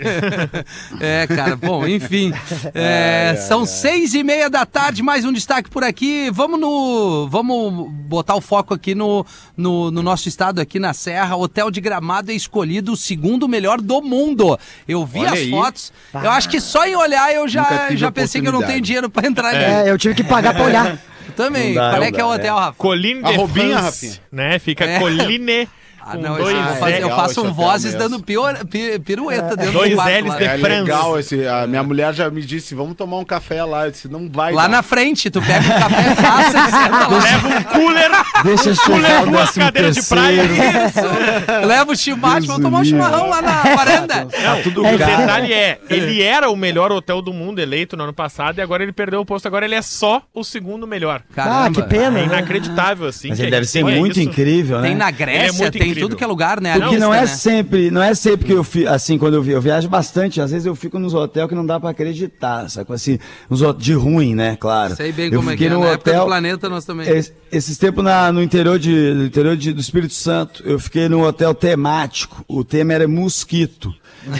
Speaker 3: cara, bom, enfim. É, são seis e meia da tarde, mais um destaque por aqui. Vamos no. Vamos botar o foco aqui no, no, no nosso estado, aqui na Serra. Hotel de Gramado é escolhido o segundo melhor do mundo. Eu vi
Speaker 4: Olha
Speaker 3: as
Speaker 4: aí.
Speaker 3: fotos. Eu acho que só em olhar eu
Speaker 4: Nunca
Speaker 3: já,
Speaker 4: tive
Speaker 3: já pensei que eu não
Speaker 4: oportunidade.
Speaker 3: tenho dinheiro pra entrar nele.
Speaker 5: É, eu tive que pagar pra olhar.
Speaker 3: Também.
Speaker 6: Não dá,
Speaker 3: Qual é
Speaker 6: não
Speaker 3: que é o
Speaker 6: dá,
Speaker 3: hotel, Rafa?
Speaker 7: Colline de
Speaker 4: Arrobinha,
Speaker 7: France,
Speaker 4: Rafinha.
Speaker 7: né? Fica
Speaker 3: É.
Speaker 7: Colline
Speaker 3: Ah,
Speaker 7: com
Speaker 3: não, eu,
Speaker 7: dois,
Speaker 3: eu faço, eu
Speaker 7: L-
Speaker 4: legal
Speaker 3: faço um
Speaker 4: esse hotel
Speaker 3: vozes
Speaker 4: mesmo.
Speaker 3: dando pior, pi- pirueta dentro
Speaker 7: Dois
Speaker 3: do quarto
Speaker 7: L's
Speaker 3: lá.
Speaker 7: de
Speaker 4: É
Speaker 7: França.
Speaker 4: legal esse. A minha mulher já me disse: vamos tomar um café lá. Eu disse: não vai.
Speaker 3: Lá
Speaker 4: dar.
Speaker 3: na frente, tu pega o café, passa e senta lá.
Speaker 7: Leva um cooler,
Speaker 6: Deixa chegar
Speaker 7: cooler,
Speaker 6: o
Speaker 7: duas
Speaker 6: décimo
Speaker 7: cadeiras de praia.
Speaker 6: terceiro.
Speaker 3: Isso. Leva o chimate, vamos tomar um
Speaker 6: Deus o
Speaker 3: chimarrão lá na varanda.
Speaker 6: Tá tudo
Speaker 7: O
Speaker 6: caro.
Speaker 7: detalhe é, ele era o melhor hotel do mundo eleito no ano passado e agora ele perdeu o posto. Agora ele é só o segundo melhor.
Speaker 5: Ah, que
Speaker 7: É
Speaker 5: pena. né?
Speaker 7: inacreditável, assim.
Speaker 6: Mas
Speaker 7: que
Speaker 6: ele
Speaker 7: a
Speaker 6: deve
Speaker 7: gente
Speaker 6: ser
Speaker 7: tenha
Speaker 6: muito
Speaker 7: isso.
Speaker 6: incrível, né?
Speaker 3: Tem na
Speaker 7: Ele é
Speaker 3: Grécia,
Speaker 7: muito
Speaker 3: tem
Speaker 7: incrível.
Speaker 3: tudo que é lugar, né?
Speaker 6: Porque não é
Speaker 3: Arista, né?
Speaker 6: sempre, não é sempre que eu fico, assim, quando eu, vi- eu viajo bastante, às vezes eu fico nos hotéis que não dá pra acreditar, sacou? Assim, uns hotéis de ruim, né, claro.
Speaker 3: Sei bem
Speaker 6: eu
Speaker 3: como é que
Speaker 6: fiquei
Speaker 3: é.
Speaker 6: num
Speaker 3: Na época do
Speaker 6: hotel,
Speaker 3: planeta, nós também.
Speaker 6: es- esses tempos na- no interior, de, no interior de- do Espírito Santo, eu fiquei num hotel temático, o tema era mosquito.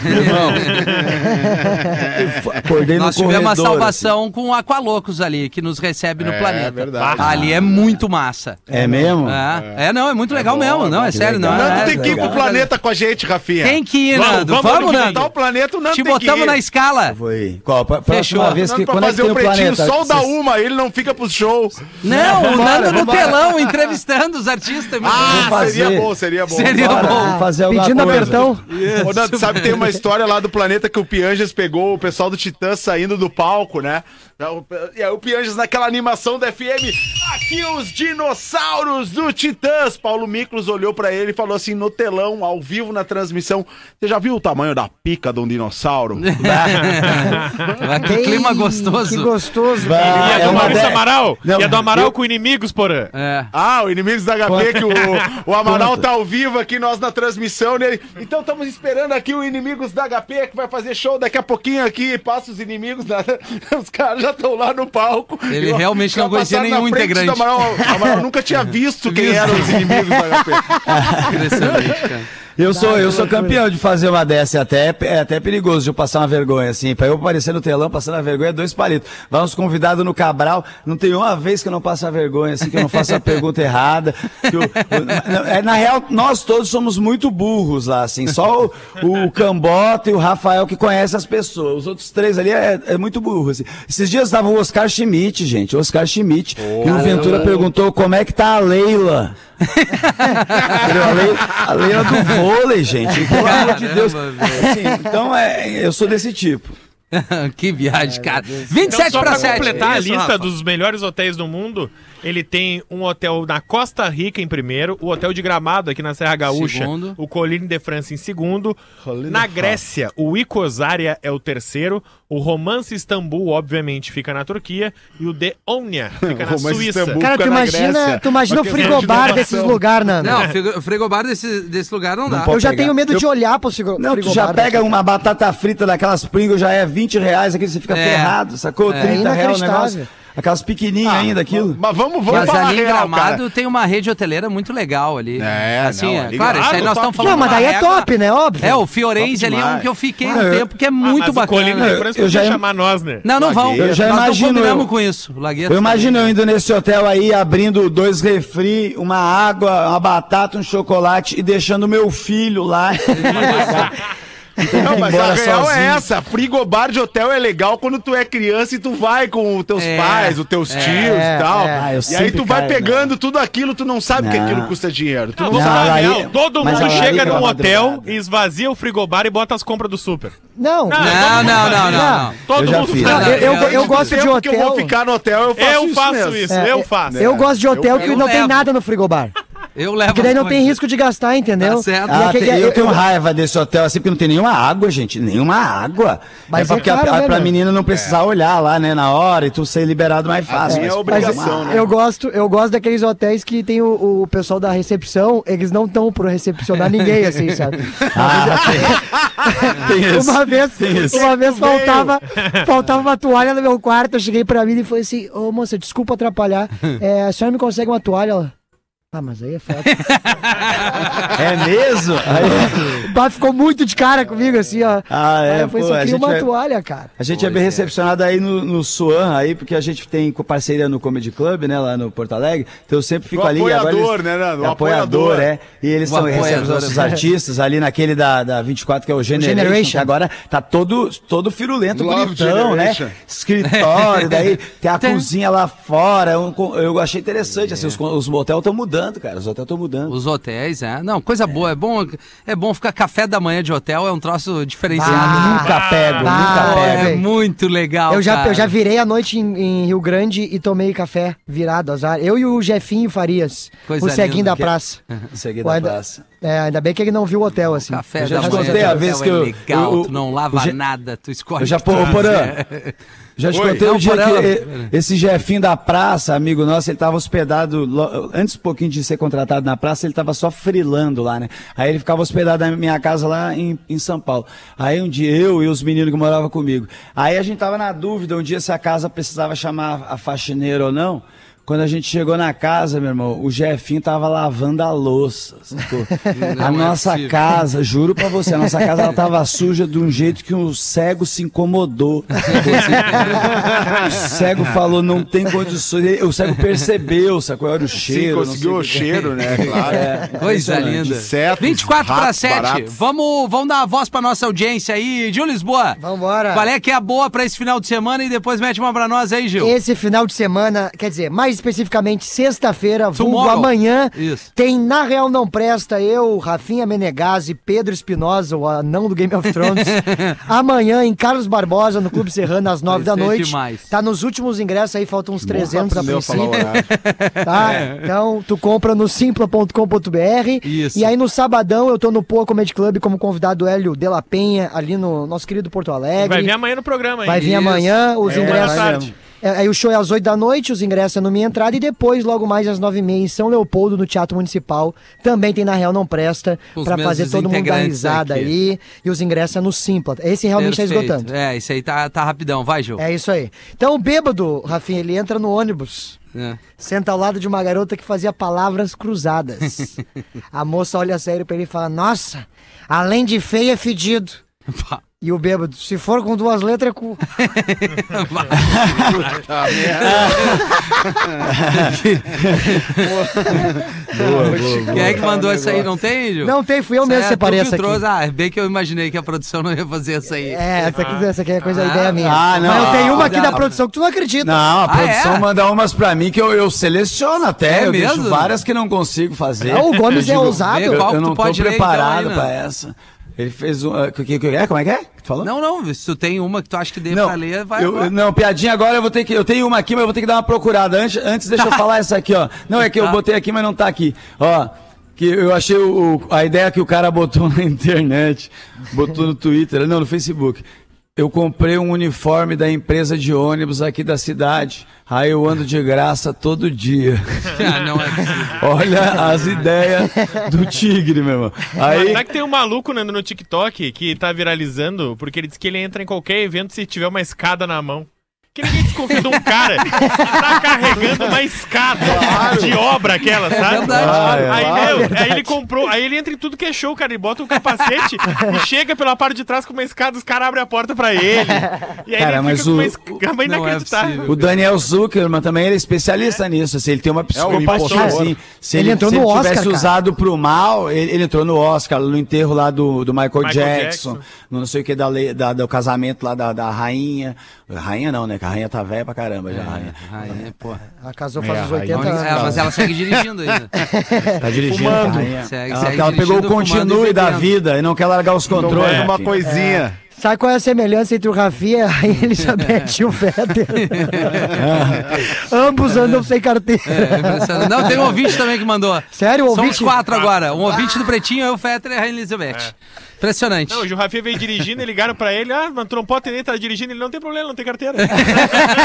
Speaker 6: Irmão, eu f- acordei
Speaker 3: Nós tivemos
Speaker 6: no corredor,
Speaker 3: uma
Speaker 6: assim.
Speaker 3: salvação com o Aqualocos ali, que nos recebe no
Speaker 4: É
Speaker 3: planeta.
Speaker 4: verdade.
Speaker 3: Ali é muito massa.
Speaker 6: É mesmo?
Speaker 3: É, é, não, é muito legal mesmo. Não, é
Speaker 6: que
Speaker 3: sério, não. é-
Speaker 6: legal.
Speaker 4: Nando tem
Speaker 6: Ah,
Speaker 4: que ir pro
Speaker 6: legal.
Speaker 4: planeta com a gente, Rafinha.
Speaker 3: Tem que ir,
Speaker 7: Vamos,
Speaker 3: Nando.
Speaker 7: vamos
Speaker 3: Vamos,
Speaker 7: no
Speaker 3: Nando.
Speaker 4: Tá o planeta, o Nando
Speaker 3: Te
Speaker 4: tem que
Speaker 3: botamos
Speaker 4: ir.
Speaker 3: na escala.
Speaker 6: Foi. Qual? Pra, próxima
Speaker 3: Fechou.
Speaker 6: vez
Speaker 4: Nando
Speaker 6: que
Speaker 4: pra
Speaker 6: quando é que
Speaker 4: fazer
Speaker 6: tem
Speaker 4: o
Speaker 6: o
Speaker 4: pretinho,
Speaker 6: planeta?
Speaker 4: sol da um.
Speaker 6: Vocês-
Speaker 4: uma, ele não fica pro show.
Speaker 3: Não, o
Speaker 6: Vambora,
Speaker 3: Nando no
Speaker 6: vambora.
Speaker 3: telão entrevistando os artistas.
Speaker 4: Ah,
Speaker 6: Vamos
Speaker 4: seria
Speaker 6: fazer.
Speaker 4: bom, seria bom.
Speaker 3: Seria
Speaker 6: Bora,
Speaker 3: Tá bom.
Speaker 6: vamos fazer alguma
Speaker 5: Pedindo
Speaker 6: coisa.
Speaker 5: apertão.
Speaker 4: Ô, Nando, sabe, tem uma história lá do planeta que o Pianges pegou o pessoal do Titã saindo do palco, né? E aí o Pianges naquela animação da FM. Aqui os dinossauros do Titãs. Paulo Miklos olhou pra ele e falou assim no telão, ao vivo na transmissão: Você já viu o tamanho da pica de um dinossauro?
Speaker 3: que
Speaker 5: Ei,
Speaker 3: clima
Speaker 5: Que
Speaker 3: gostoso.
Speaker 5: gostoso.
Speaker 6: Bah,
Speaker 7: E a
Speaker 6: é
Speaker 7: do
Speaker 6: uma
Speaker 7: Maurício
Speaker 6: de-
Speaker 7: Amaral?
Speaker 6: Não,
Speaker 7: e a do Amaral
Speaker 6: eu-
Speaker 7: com inimigos, porã?
Speaker 3: É.
Speaker 4: Ah, o Inimigos da HP, que o, o Amaral
Speaker 6: Conta.
Speaker 4: tá ao vivo aqui, nós na transmissão nele. Então estamos esperando aqui o Inimigos da HP, que vai fazer show daqui a pouquinho aqui, passa né? os inimigos. da- Os caras já estão lá no palco.
Speaker 3: Ele
Speaker 4: E, ó,
Speaker 3: realmente não
Speaker 4: já passaram
Speaker 3: conhecia
Speaker 4: na
Speaker 3: nenhum
Speaker 4: frente
Speaker 3: integrante.
Speaker 4: do Amaral, O Amaral nunca tinha visto quem
Speaker 3: Visto.
Speaker 4: eram os inimigos do HP.
Speaker 3: Impressionante, cara.
Speaker 6: Eu sou, eu sou campeão de fazer uma dessa, é até, é até perigoso de eu passar uma vergonha, assim. Pra eu aparecer no telão passando a vergonha, é dois palitos. Vai uns convidados no Cabral, não tem uma vez que eu não passo a vergonha, assim, que eu não faço a pergunta errada. que eu- eu- é, na real, nós todos somos muito burros lá, assim. Só o, o Cambota e o Rafael que conhece as pessoas. Os outros três ali é, é muito burro, assim. Esses dias tava o Oscar Schmidt, gente, o Oscar Schmidt. e o Ventura perguntou como é que tá a Leila. Entendeu? A lei- A Leila do vôlei, gente. Pelo amor de
Speaker 3: Caramba,
Speaker 6: Deus.
Speaker 3: velho.
Speaker 6: Assim, então, é, eu sou desse tipo.
Speaker 3: que viagem, cara. 27
Speaker 7: Então, só
Speaker 3: para
Speaker 7: pra
Speaker 3: 7.
Speaker 7: completar a
Speaker 3: Isso,
Speaker 7: lista
Speaker 3: Rafa.
Speaker 7: dos melhores hotéis do mundo, ele tem um hotel na Costa Rica em primeiro, o hotel de Gramado aqui na Serra Gaúcha,
Speaker 3: Segundo.
Speaker 7: o Colline de França em segundo, na Grécia o Icosária é o terceiro, o Romance Istambul obviamente fica na Turquia e o The Onia fica na
Speaker 4: Romance
Speaker 7: Suíça.
Speaker 4: Istambul.
Speaker 5: Cara, tu
Speaker 4: Fica na
Speaker 5: imagina,
Speaker 4: Grécia.
Speaker 5: tu imagina o
Speaker 4: Mas tem gente
Speaker 5: frigobar
Speaker 4: de
Speaker 5: desses
Speaker 4: inovação.
Speaker 5: lugares, Nando.
Speaker 3: Não, frigo- frigobar desse, desse lugar não dá.
Speaker 6: Não
Speaker 5: eu já
Speaker 6: pegar.
Speaker 5: tenho medo de
Speaker 6: Eu-
Speaker 5: olhar pro frigo-
Speaker 6: Não, tu
Speaker 5: frigobar.
Speaker 6: já
Speaker 5: né?
Speaker 6: pega uma batata frita daquelas Pringles, já é 20 reais, aquele você fica
Speaker 3: É.
Speaker 6: ferrado, sacou?
Speaker 3: É. Ah,
Speaker 6: 30 reais o
Speaker 5: Inacreditável.
Speaker 6: negócio. Aquelas pequenininhas ainda, aquilo.
Speaker 4: Mas vamos, vamos
Speaker 3: Mas
Speaker 4: falar
Speaker 3: ali em
Speaker 4: real, cara.
Speaker 3: Gramado tem uma rede hoteleira muito legal ali.
Speaker 4: É,
Speaker 3: assim,
Speaker 4: não,
Speaker 3: é.
Speaker 4: ali
Speaker 3: claro, isso aí
Speaker 4: Gramado,
Speaker 3: nós
Speaker 4: top
Speaker 3: estamos falando.
Speaker 5: Não, mas
Speaker 3: de uma
Speaker 5: daí é
Speaker 3: régua.
Speaker 5: top, né? Óbvio.
Speaker 3: É, o Fiorenze
Speaker 4: Top
Speaker 3: ali é um
Speaker 4: demais.
Speaker 3: que eu fiquei
Speaker 6: Ah,
Speaker 3: um
Speaker 6: eu-
Speaker 3: tempo, que é
Speaker 7: Ah,
Speaker 3: muito
Speaker 7: mas o Colline
Speaker 3: bacana.
Speaker 7: de França
Speaker 6: Eu- eu já
Speaker 7: podia
Speaker 6: im-
Speaker 7: chamar nós, né?
Speaker 3: Não, não vão.
Speaker 4: Lagueira.
Speaker 6: Eu já
Speaker 3: Nós não
Speaker 6: imagino,
Speaker 3: combinamos
Speaker 6: eu-
Speaker 3: com isso, Lagueta.
Speaker 6: Eu imagino
Speaker 3: né?
Speaker 6: eu indo nesse hotel aí, abrindo dois refri, uma água, uma batata, um chocolate e deixando meu filho lá.
Speaker 4: Não, mas a
Speaker 6: Embora
Speaker 4: real é
Speaker 6: sozinho.
Speaker 4: essa. Frigobar de hotel é legal quando tu é criança e tu vai com os teus
Speaker 3: É,
Speaker 4: pais, os teus
Speaker 3: é,
Speaker 4: tios e tal.
Speaker 5: é.
Speaker 6: Ah, eu
Speaker 4: e aí
Speaker 6: sempre
Speaker 4: tu vai
Speaker 6: caio,
Speaker 4: pegando tudo aquilo, tu não sabe que
Speaker 6: Não.
Speaker 4: aquilo custa dinheiro. Tu
Speaker 7: Ah,
Speaker 4: não,
Speaker 7: vamos
Speaker 6: Não,
Speaker 7: falar
Speaker 6: a
Speaker 7: real.
Speaker 6: Lari-
Speaker 7: Todo
Speaker 6: mas
Speaker 7: mundo
Speaker 6: a Lari
Speaker 7: chega
Speaker 6: é
Speaker 7: num
Speaker 6: uma
Speaker 7: hotel,
Speaker 6: madrugada.
Speaker 7: esvazia o frigobar e bota as compras do super.
Speaker 5: Não.
Speaker 3: Não, não, não, não.
Speaker 5: Não.
Speaker 3: não.
Speaker 7: Todo
Speaker 6: Eu já
Speaker 7: mundo
Speaker 6: fiz.
Speaker 7: faz.
Speaker 5: Não, eu, eu- eu gosto de
Speaker 4: que eu vou
Speaker 5: hotel.
Speaker 4: ficar no hotel, eu faço
Speaker 7: Eu
Speaker 4: isso
Speaker 7: faço
Speaker 4: mesmo.
Speaker 7: isso,
Speaker 5: É,
Speaker 7: eu faço.
Speaker 5: Eu gosto de hotel
Speaker 4: Eu-
Speaker 5: que
Speaker 3: eu
Speaker 5: não tem
Speaker 3: levo.
Speaker 5: nada no frigobar.
Speaker 3: Eu levo.
Speaker 5: Porque daí não
Speaker 3: as
Speaker 5: tem
Speaker 3: coisas.
Speaker 5: risco de gastar, entendeu?
Speaker 3: Tá certo.
Speaker 5: E
Speaker 6: Ah,
Speaker 5: é que-
Speaker 6: tem-
Speaker 5: é-
Speaker 6: eu tenho raiva desse hotel assim, porque não tem nenhuma água, gente. Nenhuma água.
Speaker 5: Mas
Speaker 6: é
Speaker 5: é
Speaker 6: porque a-
Speaker 5: caro,
Speaker 6: a,
Speaker 5: né,
Speaker 6: pra
Speaker 5: meu?
Speaker 6: menina não precisar
Speaker 4: É.
Speaker 6: olhar lá, né, na hora e tu ser liberado mais fácil.
Speaker 4: minha
Speaker 6: mas-
Speaker 5: Mas eu,
Speaker 4: obrigação, né?
Speaker 5: eu gosto, eu gosto daqueles hotéis que tem o, o pessoal da recepção, eles não estão pra recepcionar ninguém, assim, sabe?
Speaker 6: Ah, tem, tem isso.
Speaker 5: Uma vez, uma vez faltava, faltava uma toalha no meu quarto, eu cheguei pra mim e falei assim, ô moça, desculpa atrapalhar, é, a senhora me consegue uma toalha? Ela, ah, mas aí é foda.
Speaker 6: É mesmo? Aí-
Speaker 5: O pai ficou muito de cara comigo, assim, ó.
Speaker 6: Ah, é,
Speaker 5: Aí eu falei,
Speaker 6: pô,
Speaker 5: só
Speaker 6: a
Speaker 5: queria
Speaker 6: gente
Speaker 5: uma
Speaker 6: vai-
Speaker 5: toalha, cara.
Speaker 6: A gente é bem recepcionado aí no, no Suan, aí, porque a gente tem co- parceria no Comedy Club, né, lá no Porto Alegre. Então eu sempre fico
Speaker 4: O
Speaker 6: ali. e agora
Speaker 4: apoiador, né, Nando? O
Speaker 6: É apoiador,
Speaker 4: apoiador.
Speaker 6: é. E eles
Speaker 3: O
Speaker 6: são recebem os
Speaker 3: apoiador,
Speaker 6: nossos
Speaker 3: é.
Speaker 6: artistas ali naquele da, da 24, que é o Generation.
Speaker 5: Generation.
Speaker 6: que agora tá todo, todo firulento,
Speaker 4: Love
Speaker 6: bonitão, né?
Speaker 4: Generation.
Speaker 6: Escritório, daí tem a
Speaker 3: Tem. É.
Speaker 6: cozinha lá fora. Eu, eu achei interessante, assim, os, con- os motel estão mudando, cara. Os hotéis estão mudando.
Speaker 3: Os hotéis, é. Não, coisa boa. É bom, é bom ficar café da manhã de hotel, é um troço diferenciado.
Speaker 5: Ah,
Speaker 6: nunca pego,
Speaker 5: ah,
Speaker 6: nunca
Speaker 3: Pô,
Speaker 6: pego.
Speaker 3: é
Speaker 5: velho.
Speaker 3: muito legal.
Speaker 5: Eu já,
Speaker 3: cara.
Speaker 5: eu já virei a noite em, em Rio Grande e tomei café virado, azar. Eu e o Jefinho Farias,
Speaker 3: Coisa
Speaker 5: o ceguinho
Speaker 3: linda.
Speaker 5: da praça.
Speaker 6: Segui
Speaker 5: O
Speaker 6: da
Speaker 5: ainda-
Speaker 6: praça.
Speaker 5: É, ainda bem que ele não viu o hotel, assim.
Speaker 3: Café
Speaker 6: Eu já
Speaker 3: da
Speaker 6: te
Speaker 3: manhã
Speaker 6: contei
Speaker 3: de
Speaker 6: a
Speaker 3: hotel
Speaker 6: vez que
Speaker 3: é
Speaker 6: eu-
Speaker 3: legal,
Speaker 6: eu- eu-
Speaker 3: tu não lava
Speaker 6: eu já-
Speaker 3: nada, tu escolhe.
Speaker 6: Eu já,
Speaker 3: o que
Speaker 6: pô,
Speaker 3: tu
Speaker 6: ô, Porã,
Speaker 3: quiser.
Speaker 6: já te
Speaker 4: Oi.
Speaker 6: contei
Speaker 3: Não,
Speaker 6: um dia
Speaker 3: Porã.
Speaker 6: que eh,
Speaker 3: É.
Speaker 6: esse Jefinho da praça, amigo nosso, ele tava hospedado, lo- antes um pouquinho de ser contratado na praça, ele tava só frilando lá, né? Aí ele ficava hospedado na minha casa lá em, em São Paulo. Aí um dia eu e os meninos que moravam comigo. Aí a gente tava na dúvida um dia se a casa precisava chamar a faxineira ou não. Quando a gente chegou na casa, meu irmão, o Jefinho tava lavando a louça. sacou?
Speaker 3: Não
Speaker 6: a
Speaker 3: é
Speaker 6: nossa
Speaker 3: possível.
Speaker 6: casa, juro pra você, a nossa casa ela tava suja de um jeito que um cego se incomodou. o cego falou, não tem condições. O cego percebeu, sacou? Olha o É,
Speaker 4: Sim,
Speaker 6: cheiro. não
Speaker 4: conseguiu
Speaker 6: sei
Speaker 4: o
Speaker 6: que-
Speaker 4: cheiro, né? Claro.
Speaker 3: Coisa linda.
Speaker 4: Insetos,
Speaker 3: 24 para
Speaker 4: ratos
Speaker 3: 7.
Speaker 4: baratos.
Speaker 3: Vamos, vamos dar a voz para nossa audiência aí. Gil Lisboa.
Speaker 5: Vambora.
Speaker 3: Qual é que é a boa para esse final de semana e depois mete uma para nós aí, Gil.
Speaker 5: Esse final de semana, quer dizer, mais especificamente sexta-feira, vulgo
Speaker 3: Tomorrow.
Speaker 5: amanhã,
Speaker 3: Isso.
Speaker 5: tem Na Real Não Presta, eu, Rafinha Menegazzi, Pedro Espinosa, o anão do Game of Thrones, amanhã em Carlos Barbosa, no Clube Serrano, às nove da
Speaker 3: ser
Speaker 5: noite.
Speaker 3: demais.
Speaker 5: Tá nos últimos ingressos aí, faltam uns 300 a
Speaker 4: Aprendeu a falar o
Speaker 5: princípio.
Speaker 4: horário.
Speaker 5: Tá? Então, tu compra no simpla.com.br.
Speaker 3: É. Isso.
Speaker 5: E aí no sabadão eu tô no Poa Comedy Club como convidado Hélio de la Penha, ali no nosso querido Porto Alegre.
Speaker 7: Vai vir amanhã no programa, hein?
Speaker 5: Vai vir
Speaker 3: Isso.
Speaker 5: amanhã os
Speaker 7: Uma da
Speaker 5: ingressos.
Speaker 7: tarde.
Speaker 5: É, Aí o show é às 8 da noite, os ingressos é no Minha Entrada, e depois, logo mais às 9 e meia, em São Leopoldo, no Teatro Municipal. Também tem Na Real Não Presta,
Speaker 3: Com os
Speaker 5: pra fazer
Speaker 3: mesmos
Speaker 5: todo mundo dar
Speaker 3: integrantes
Speaker 5: risada
Speaker 3: aqui.
Speaker 5: aí. E os ingressos é no Simpla. Esse realmente tá
Speaker 3: Perfeito.
Speaker 5: esgotando.
Speaker 3: É, isso aí tá, tá rapidão. Vai, Gil.
Speaker 5: É isso aí. Então o bêbado, Rafinha, ele entra no ônibus.
Speaker 3: É.
Speaker 5: Senta ao lado de uma garota que fazia palavras cruzadas. A moça olha sério pra ele e fala: Nossa, além de feio, é fedido.
Speaker 3: Pá.
Speaker 5: E o bêbado, se for com duas letras, é cu.
Speaker 3: Quem é que mandou essa aí? Não tem, Gil?
Speaker 5: Não tem, fui eu mesmo que
Speaker 3: é,
Speaker 5: separei
Speaker 3: tu que
Speaker 5: essa aqui.
Speaker 3: trouxe. Ah, bem que eu imaginei que a produção não ia fazer essa aí.
Speaker 5: É, essa aqui, essa aqui é coisa, a ideia é minha.
Speaker 6: ah, não,
Speaker 5: Mas eu tenho uma aqui
Speaker 3: ah,
Speaker 5: da
Speaker 3: ah,
Speaker 5: produção que tu não acredita.
Speaker 6: Não, a
Speaker 3: Ah,
Speaker 6: produção
Speaker 3: é?
Speaker 6: manda umas pra mim que eu, eu seleciono até.
Speaker 3: É
Speaker 6: eu
Speaker 3: mesmo?
Speaker 6: deixo várias que não consigo fazer.
Speaker 5: Ah, o Gomes é
Speaker 6: Eu digo,
Speaker 5: ousado.
Speaker 6: Eu,
Speaker 3: Qual que
Speaker 6: eu
Speaker 3: tu
Speaker 6: não
Speaker 3: pode
Speaker 6: tô
Speaker 3: ler, então,
Speaker 6: preparado
Speaker 3: aí,
Speaker 6: pra
Speaker 3: né?
Speaker 6: essa. Ele fez um. ah, que- que- que- é, como é que é? Que tu falou?
Speaker 3: Não, não, se tu tem uma que tu acha que dê pra ler, vai.
Speaker 6: eu,
Speaker 3: agora.
Speaker 6: eu- não, piadinha agora eu vou ter que. Eu tenho uma aqui, mas eu vou ter que dar uma procurada. Antes, antes deixa
Speaker 3: Tá.
Speaker 6: eu falar essa aqui, ó. Não, é que eu botei aqui, mas não tá aqui. Ó. Que eu achei o- o- a ideia que o cara botou na internet, botou no Twitter, não, no Facebook. Eu comprei um uniforme da empresa de ônibus aqui da cidade. Aí eu ando de graça todo dia.
Speaker 3: Ah, não é possível.
Speaker 6: Olha as ideias do tigre, meu irmão. Aí,
Speaker 7: Será que tem um maluco né, no TikTok que tá viralizando? Porque ele diz que ele entra em qualquer evento se tiver uma escada na mão. Que ninguém desconfia de um cara que tá carregando uma escada de obra aquela, sabe?
Speaker 3: É verdade.
Speaker 7: aí, meu, aí ele comprou, aí ele entra em tudo que é show, cara. Ele bota o capacete e chega pela parte de trás com uma escada, os caras abrem a porta pra ele. E aí
Speaker 6: Cara,
Speaker 7: ele
Speaker 6: mas
Speaker 7: fica com uma
Speaker 6: o-
Speaker 7: escama
Speaker 3: não é
Speaker 7: inacreditável.
Speaker 3: possível.
Speaker 6: O Daniel Zuckerman também ele é especialista nisso. Assim, ele tem uma psicopatia.
Speaker 4: impostor.
Speaker 6: assim, se
Speaker 5: Ele
Speaker 6: ele,
Speaker 5: entrou
Speaker 6: se
Speaker 5: no
Speaker 6: ele
Speaker 5: Oscar,
Speaker 6: tivesse
Speaker 5: cara.
Speaker 6: usado pro mal, ele, ele entrou no Oscar, no enterro lá do, do Michael, Jackson,
Speaker 7: Jackson.
Speaker 6: no não sei o que, da, lei- da- do casamento lá da, da rainha. Rainha não, né? Que a rainha tá velha pra caramba já. a rainha.
Speaker 3: Ah, é, porra.
Speaker 5: Ela casou faz
Speaker 4: É,
Speaker 5: uns
Speaker 4: aí
Speaker 5: 80
Speaker 4: não
Speaker 5: anos.
Speaker 3: É, mas ela segue dirigindo É, ainda.
Speaker 6: Tá dirigindo. a rainha.
Speaker 3: Segue-
Speaker 6: ela,
Speaker 3: segue
Speaker 6: ela pegou o
Speaker 3: dirigindo, fumando
Speaker 6: continue
Speaker 3: e
Speaker 6: da
Speaker 3: bebendo.
Speaker 6: vida e não quer largar os
Speaker 8: é.
Speaker 6: controles. né,
Speaker 4: Tomando uma
Speaker 6: enfim.
Speaker 4: coisinha.
Speaker 5: Sabe qual é a semelhança entre o Rafinha e a Elizabeth e o Feder? Ambos andam sem
Speaker 3: É,
Speaker 5: carteira.
Speaker 3: impressionante. não, tem um ouvinte também que mandou.
Speaker 5: Sério, o
Speaker 3: São
Speaker 5: ouvinte? Ah.
Speaker 3: os quatro agora. Um ouvinte do Pretinho, eu, o Fetter e a Rainha
Speaker 4: É.
Speaker 3: Elizabeth. Impressionante.
Speaker 7: Não, hoje o Rafinha veio dirigindo, e ligaram pra ele, ah, mas tu não pode atender, tá dirigindo, ele não tem problema, não tem carteira.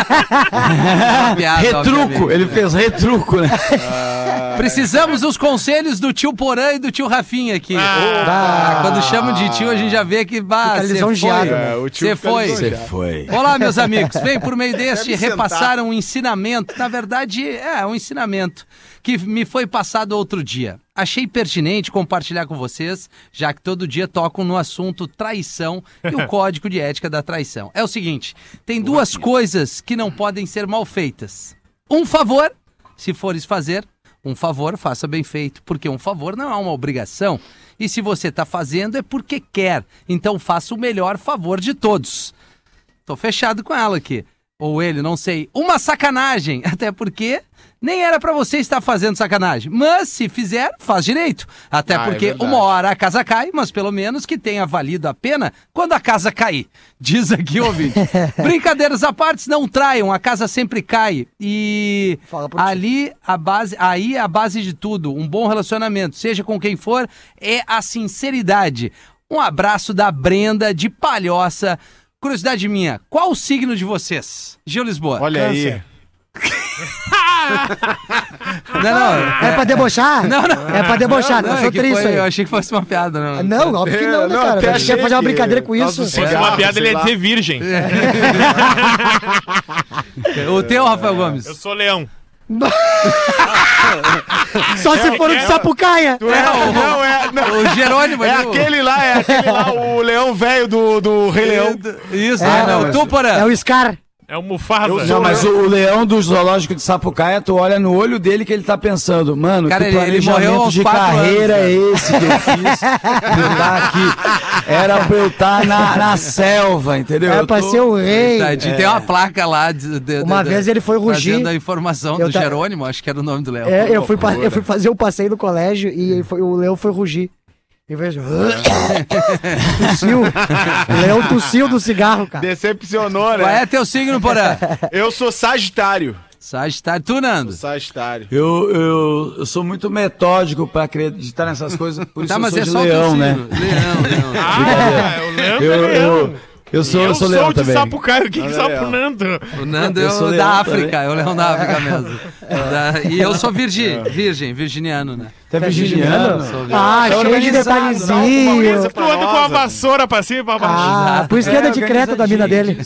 Speaker 3: Uma piada,
Speaker 6: Retruco,
Speaker 3: obviamente.
Speaker 6: ele fez retruco, né?
Speaker 3: Precisamos dos conselhos do tio Porã e do tio Rafinha aqui. Ah, quando chamam de tio, a gente já vê que bah,
Speaker 5: Fica
Speaker 3: cê
Speaker 5: lisonjeado, né?
Speaker 4: É, o
Speaker 3: foi.
Speaker 4: tio
Speaker 3: Você
Speaker 4: fica
Speaker 3: foi.
Speaker 4: lisonjeado.
Speaker 6: Foi.
Speaker 3: Olá, meus amigos. Venho por meio deste
Speaker 4: Deve sentar.
Speaker 3: repassar um ensinamento. Na verdade, é um ensinamento que me foi passado outro dia. Achei pertinente compartilhar com vocês, já que todo dia tocam no assunto traição e o código de ética da traição. É o seguinte: tem duas coisas que não podem ser mal feitas. Um favor, se fores fazer, um favor faça bem feito, porque um favor não é uma obrigação. E se você está fazendo é porque quer, então faça o melhor favor de todos. Tô fechado com ela aqui. Ou ele, não sei. Uma sacanagem. Até porque nem era pra você estar fazendo sacanagem. Mas se fizer, faz direito. Até
Speaker 4: Ah, é
Speaker 3: porque
Speaker 4: verdade.
Speaker 3: uma hora a casa cai, mas pelo menos que tenha valido a pena quando a casa cair. Diz aqui o ouvinte. Brincadeiras à parte, não traiam. A casa sempre cai. E
Speaker 5: Fala por ti.
Speaker 3: ali a base, aí é a base de tudo, um bom relacionamento, seja com quem for, é a sinceridade. Um abraço da Brenda de Palhoça. Curiosidade minha, qual o signo de vocês? Gil Lisboa.
Speaker 4: Olha aí.
Speaker 3: Não, não.
Speaker 5: É pra debochar?
Speaker 3: Não, não.
Speaker 5: É pra debochar, não,
Speaker 3: Não, é
Speaker 5: sou
Speaker 3: que
Speaker 5: triste
Speaker 3: foi-
Speaker 5: aí.
Speaker 3: eu achei que fosse uma piada, não.
Speaker 5: Não, óbvio que não, né,
Speaker 4: É, não,
Speaker 5: cara?
Speaker 4: até
Speaker 5: Eu achei que ia
Speaker 4: achei
Speaker 5: fazer uma
Speaker 4: que-
Speaker 5: brincadeira com
Speaker 4: nós
Speaker 5: isso.
Speaker 4: não
Speaker 7: Se fosse uma
Speaker 4: Cigarro,
Speaker 7: piada, ele
Speaker 4: sei
Speaker 7: ia
Speaker 4: lá.
Speaker 7: dizer virgem.
Speaker 3: O teu, Rafael
Speaker 4: É,
Speaker 3: Gomes.
Speaker 7: Eu sou leão.
Speaker 5: Só se for o de Sapucaia.
Speaker 4: Não, é,
Speaker 3: o-
Speaker 4: não é. Não.
Speaker 3: O Jerônimo.
Speaker 4: É
Speaker 3: viu?
Speaker 4: aquele lá, é aquele lá, o leão velho do, do Rei Leão.
Speaker 3: Isso,
Speaker 5: É,
Speaker 3: ah, não.
Speaker 6: não,
Speaker 3: tu, Porã.
Speaker 5: É o Scar.
Speaker 7: É o Mufasa.
Speaker 4: Eu
Speaker 6: Não,
Speaker 4: sou-
Speaker 6: mas o, o leão do zoológico de Sapucaia, tu olha no olho dele que ele tá pensando, mano,
Speaker 3: Cara,
Speaker 6: que
Speaker 3: ele- ele
Speaker 6: planejamento
Speaker 3: morreu aos
Speaker 6: de
Speaker 3: quatro
Speaker 6: carreira
Speaker 3: anos,
Speaker 6: é esse que eu fiz pra eu tá aqui. Era pra eu estar na, na selva, entendeu?
Speaker 5: É
Speaker 6: Eu
Speaker 5: pra
Speaker 6: tô-
Speaker 5: ser o rei.
Speaker 3: Tadinho, Tá, Tem uma placa lá. de- de-
Speaker 5: Uma
Speaker 3: de-
Speaker 5: vez ele foi rugir.
Speaker 3: trazendo a informação
Speaker 5: Eu
Speaker 3: do
Speaker 5: ta-
Speaker 3: Jerônimo, acho que era o nome do Léo.
Speaker 5: É, eu fui, pa- eu fui fazer um passeio no colégio e ele foi- o leão foi rugir. E vejo. tossiu. O leão tossiu do cigarro, cara.
Speaker 4: Decepcionou,
Speaker 3: Qual
Speaker 4: né?
Speaker 3: é teu signo, Porã?
Speaker 4: Eu sou Sagitário.
Speaker 3: Sagitário. Tu, Nando?
Speaker 4: Sagitário.
Speaker 6: Eu, eu, eu sou muito metódico pra acreditar nessas coisas, por isso
Speaker 3: Tá,
Speaker 6: eu
Speaker 3: mas
Speaker 6: sou
Speaker 3: é
Speaker 6: de né?
Speaker 3: só o teu
Speaker 6: leão,
Speaker 3: signo.
Speaker 6: né?
Speaker 3: Leão, leão.
Speaker 7: Ah, o leão
Speaker 6: Eu,
Speaker 7: é leão.
Speaker 6: eu, Eu sou, eu
Speaker 7: eu
Speaker 6: sou
Speaker 7: sou
Speaker 6: leão
Speaker 7: de
Speaker 6: também.
Speaker 7: Sapucaia, o que que
Speaker 8: Olha aí, ó.
Speaker 7: sapunando?
Speaker 3: O Nando é
Speaker 6: Eu sou
Speaker 3: o
Speaker 6: leão
Speaker 3: da
Speaker 6: também.
Speaker 3: África, é o leão da África mesmo. Da- e eu sou virgem, virgem, virginiano, né?
Speaker 6: Até virginiano.
Speaker 3: Sou virgem.
Speaker 5: Ah,
Speaker 8: É
Speaker 5: cheio de
Speaker 8: organizado, dá uma
Speaker 5: detalhezinho.
Speaker 8: coisa
Speaker 7: Tu anda com
Speaker 8: pra
Speaker 7: a
Speaker 8: nós,
Speaker 7: vassoura pra cima e pra baixo.
Speaker 5: Ah, por isso que anda de creta da mina dele.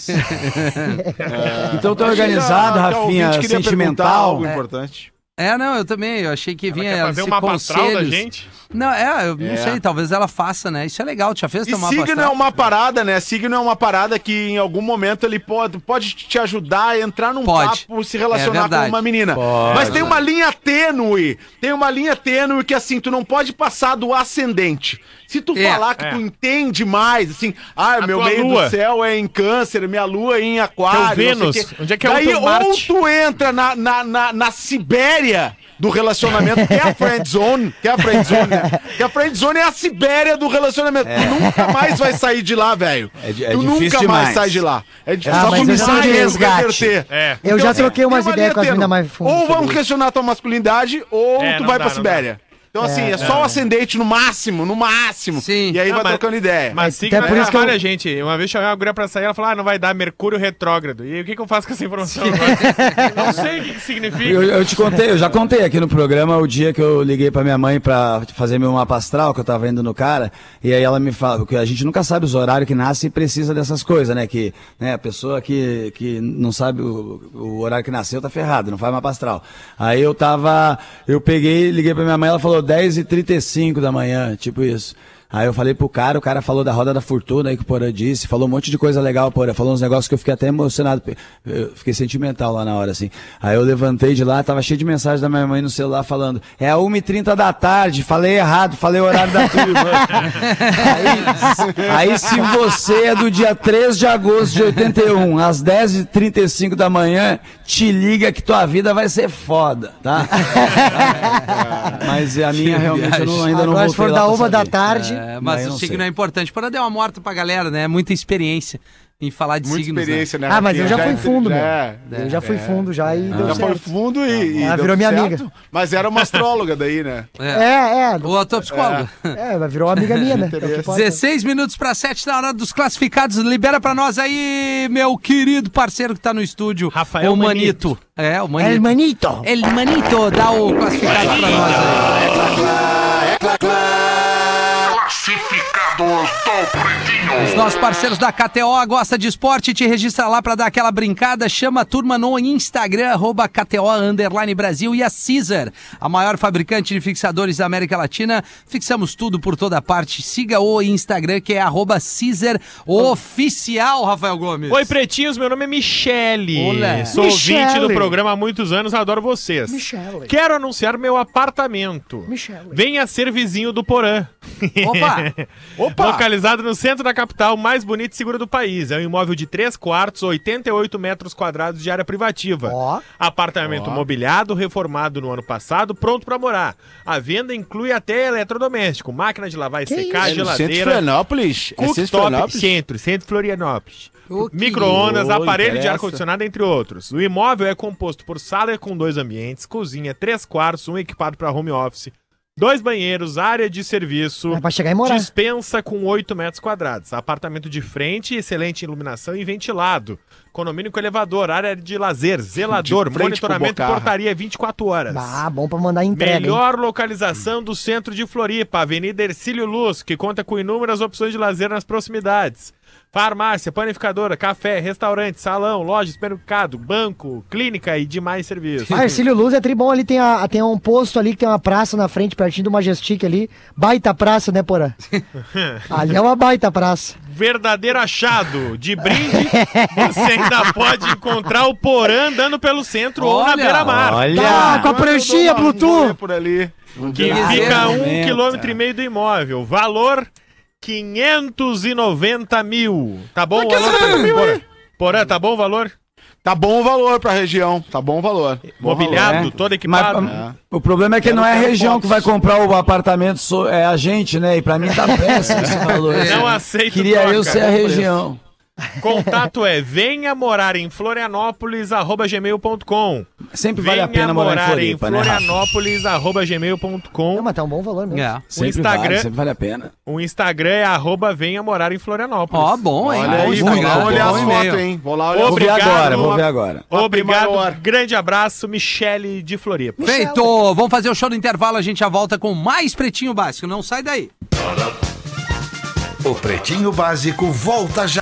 Speaker 6: Então tô
Speaker 8: Acho que
Speaker 6: organizado,
Speaker 8: ainda- até o
Speaker 6: Rafinha,
Speaker 8: ouvinte queria perguntar
Speaker 6: sentimental.
Speaker 8: Algo importante.
Speaker 3: É, não, eu também, eu achei que
Speaker 7: Ela
Speaker 3: vinha
Speaker 7: quer fazer
Speaker 3: esse
Speaker 7: um mapa astral da
Speaker 3: conselhos.
Speaker 7: gente?
Speaker 3: Não, é, eu não
Speaker 8: É.
Speaker 3: sei, talvez ela faça, né? Isso é legal, tu já fez
Speaker 8: E
Speaker 3: teu mapa
Speaker 8: signo é
Speaker 7: um-
Speaker 3: astral?
Speaker 8: uma parada, né? Signo é uma parada que em algum momento ele pode, pode te ajudar a entrar num
Speaker 3: Pode.
Speaker 8: papo, se
Speaker 3: É
Speaker 8: relacionar
Speaker 3: verdade.
Speaker 8: com uma menina.
Speaker 6: Pode.
Speaker 8: Mas tem uma linha tênue. Tem uma linha tênue que assim, tu não pode passar do ascendente. Se tu
Speaker 3: É,
Speaker 8: falar que
Speaker 7: é.
Speaker 8: tu entende mais, assim, ah,
Speaker 7: A
Speaker 8: meu
Speaker 7: tua
Speaker 8: meio
Speaker 7: lua.
Speaker 8: do céu é em câncer, minha lua é em aquário.
Speaker 7: Teu
Speaker 8: não sei
Speaker 7: Vênus,
Speaker 8: o quê.
Speaker 7: onde é que é o
Speaker 8: Daí,
Speaker 7: teu
Speaker 8: ou
Speaker 7: Marte?
Speaker 8: tu entra na, na, na, na Sibéria do relacionamento, que é a friend zone, que é a friend zone, né? que a friend zone é a Sibéria do relacionamento.
Speaker 5: É.
Speaker 8: Tu nunca mais vai sair de lá, velho.
Speaker 6: É di- é
Speaker 8: tu
Speaker 6: difícil
Speaker 8: nunca mais
Speaker 6: demais.
Speaker 8: sai de lá. É difícil.
Speaker 5: Ah,
Speaker 8: Só
Speaker 5: mas
Speaker 8: por
Speaker 5: missão de
Speaker 8: milagre
Speaker 5: resgate.
Speaker 8: reverter.
Speaker 7: É.
Speaker 5: Eu já troquei umas
Speaker 8: Então, assim, Tem uma
Speaker 5: ideias com as
Speaker 8: linha
Speaker 5: minas mais
Speaker 8: tênue.
Speaker 5: fundas.
Speaker 8: Ou
Speaker 5: sobre
Speaker 8: vamos questionar tua masculinidade, ou
Speaker 7: É,
Speaker 8: tu
Speaker 7: não
Speaker 8: vai pra
Speaker 7: dá, não
Speaker 8: Sibéria. Então, assim, é, só o ascendente no máximo, no máximo.
Speaker 3: Sim.
Speaker 8: E aí
Speaker 7: Ah,
Speaker 8: vai
Speaker 7: mas-
Speaker 8: trocando ideia.
Speaker 7: Mas
Speaker 5: É. Até por
Speaker 7: signo atrapalha
Speaker 5: isso que eu-
Speaker 7: a gente. Uma vez chamei uma guria pra sair, ela falou, ah, não vai dar Mercúrio retrógrado. E aí, o que, que eu faço com essa informação agora? não sei o que, que significa.
Speaker 6: Eu, eu te contei, eu já contei aqui no programa o dia que eu liguei pra minha mãe pra fazer meu mapa astral, que eu tava indo no cara, e aí ela me fala, que a gente nunca sabe os horários que nasce e precisa dessas coisas, né? Que né, a pessoa que, que não sabe o, o horário que nasceu tá ferrado, não faz mapa astral. Aí eu tava, eu peguei, liguei pra minha mãe, ela falou 10h35 da manhã, tipo isso. Aí eu falei pro cara, o cara falou da roda da fortuna aí que o Porã disse, falou um monte de coisa legal, Porã, falou uns negócios que eu fiquei até emocionado, eu fiquei sentimental lá na hora, assim. Aí eu levantei de lá, tava cheio de mensagem da minha mãe no celular falando, é a 1h30 da tarde, falei errado, falei o horário da turma. aí, aí se você é do dia 3 de agosto de 81, às 10h35 da manhã, te liga que tua vida vai ser foda, tá? Mas a minha realmente eu não- ainda não
Speaker 5: Agora,
Speaker 6: voltei
Speaker 5: se for
Speaker 6: lá
Speaker 5: da
Speaker 6: pra
Speaker 5: uma da
Speaker 6: saber.
Speaker 5: tarde.
Speaker 3: É,
Speaker 6: Daí
Speaker 3: mas
Speaker 6: eu
Speaker 3: o
Speaker 6: não
Speaker 3: signo
Speaker 6: sei.
Speaker 3: é importante. Para dar uma morta pra galera, né? É Muita experiência em falar de
Speaker 8: Muita
Speaker 3: signos, né?
Speaker 8: experiência, né?
Speaker 5: Ah, mas eu
Speaker 8: Rafinha?
Speaker 5: já fui fundo, meu.
Speaker 8: é,
Speaker 5: Eu já fui fundo já e deu
Speaker 8: Já foi
Speaker 5: certo.
Speaker 8: fundo e. e
Speaker 5: Ela
Speaker 8: deu
Speaker 5: virou minha
Speaker 8: certo.
Speaker 5: amiga.
Speaker 8: Mas era uma astróloga daí, né?
Speaker 5: É, é.
Speaker 3: Ou a tua psicóloga.
Speaker 5: É, mas virou uma amiga minha, né? É o que importa.
Speaker 3: 16 minutos para 7 na hora dos classificados. Libera para nós aí, meu querido parceiro que tá no estúdio.
Speaker 7: Rafael
Speaker 3: o Manito. É, o
Speaker 5: El
Speaker 3: Manito.
Speaker 5: manito.
Speaker 3: El Manito, dá o classificado pra nós aí. Os nossos parceiros da KTO gosta de esporte, te registra lá pra dar aquela brincada, chama a turma no Instagram, arroba KTO Underline Brasil e a Caesar, a maior fabricante de fixadores da América Latina. Fixamos tudo por toda parte. Siga o Instagram que é arroba Caesar Oficial, Rafael Gomes.
Speaker 7: Oi, pretinhos, meu nome é Michele.
Speaker 3: Olé.
Speaker 7: Sou
Speaker 5: Michele.
Speaker 7: ouvinte do programa há muitos anos, adoro vocês.
Speaker 5: Michele.
Speaker 7: Quero anunciar meu apartamento.
Speaker 5: Michele.
Speaker 7: Venha ser vizinho do Porã.
Speaker 3: Opa!
Speaker 8: Opa!
Speaker 7: Localizado no centro da capital mais bonita e segura do país. É um imóvel de 3 quartos, 88 metros quadrados de área privativa.
Speaker 5: Ó.
Speaker 7: Apartamento mobiliado, reformado no ano passado, pronto pra morar. A venda inclui até eletrodoméstico, máquina de lavar e secar,
Speaker 8: É no centro de
Speaker 7: geladeira,
Speaker 8: Florianópolis. É centro de
Speaker 7: cooktop,
Speaker 8: Florianópolis?
Speaker 7: centro, centro de Florianópolis.
Speaker 3: Ô, que
Speaker 7: Micro-ondas,
Speaker 8: lindo.
Speaker 7: aparelho de
Speaker 8: Interessa.
Speaker 7: ar-condicionado, entre outros. O imóvel é composto por sala com dois ambientes, cozinha, três quartos, um equipado para home office, dois banheiros, área de serviço.
Speaker 5: É pra chegar e morar.
Speaker 7: Dispensa com 8 metros quadrados. Apartamento de frente, excelente iluminação e ventilado. Condomínio com elevador, área de lazer, zelador,
Speaker 8: De frente pro
Speaker 7: monitoramento e
Speaker 8: Bocarra.
Speaker 7: portaria 24 horas.
Speaker 5: Ah, bom pra mandar entrega. hein?
Speaker 7: Melhor localização do centro de Floripa, Avenida Ercílio Luz, que conta com inúmeras opções de lazer nas proximidades. Farmácia, panificadora, café, restaurante, salão, loja, supermercado, banco, clínica e demais serviços.
Speaker 5: Ah, Ercílio Luz é tribom ali, tem, a, tem um posto ali que tem uma praça na frente, pertinho do Majestic ali. Baita praça, né, Porã? ali é uma baita praça.
Speaker 7: verdadeiro achado. De brinde, você ainda pode encontrar o Porã andando pelo centro ou na
Speaker 3: Olha,
Speaker 7: beira-mar. Ah,
Speaker 5: Tá,
Speaker 7: é
Speaker 5: com a pranchinha,
Speaker 8: Quando Ah, eu dou uma né? rolê
Speaker 5: Bluetooth.
Speaker 8: Por ali.
Speaker 7: Que
Speaker 3: Ah,
Speaker 7: fica a um
Speaker 6: momento,
Speaker 7: quilômetro e meio do imóvel. Valor, 590 mil. Tá bom o valor? Porã? Porã, tá bom o valor?
Speaker 8: Tá bom o valor pra região. Tá bom o valor. Bom
Speaker 7: Mobiliado,
Speaker 6: valor, né?
Speaker 7: todo
Speaker 6: Mas,
Speaker 7: equipado.
Speaker 6: ah, o problema é que não é a região que vai comprar o apartamento, sou- é a gente, né? E pra mim tá péssimo esse valor.
Speaker 7: Não aceito
Speaker 6: Queria
Speaker 7: troca.
Speaker 6: eu ser a região.
Speaker 7: Contato é venha morar em Florianópolis, arroba gmail.com.
Speaker 6: Sempre vale
Speaker 7: Venha
Speaker 6: a pena morar em Floripa, né? Rafa?
Speaker 7: Florianópolis, arroba
Speaker 5: Não,
Speaker 7: gmail.com.
Speaker 5: mas tá um bom valor mesmo.
Speaker 3: É.
Speaker 6: Sempre
Speaker 7: Instagram-
Speaker 6: vale, sempre vale a pena.
Speaker 7: O Instagram é arroba venha morar em
Speaker 3: Ó,
Speaker 7: Florianópolis.
Speaker 3: bom, hein?
Speaker 4: Olha
Speaker 3: Bom
Speaker 4: aí, vou
Speaker 3: Instagram,
Speaker 4: lá
Speaker 6: Obrigado,
Speaker 4: olhar
Speaker 3: bom
Speaker 4: as
Speaker 3: e-mail.
Speaker 4: fotos, hein? Vou lá olhar
Speaker 6: Vou ver
Speaker 7: Obrigado,
Speaker 6: agora, vou
Speaker 7: a-
Speaker 6: ver agora.
Speaker 4: primeira
Speaker 7: Obrigado,
Speaker 4: hora.
Speaker 7: grande abraço, Michele de Floripa.
Speaker 3: Feito! Vamos fazer o show do intervalo, a gente já volta com mais Pretinho Básico. Não sai daí.
Speaker 2: O Pretinho Básico volta já.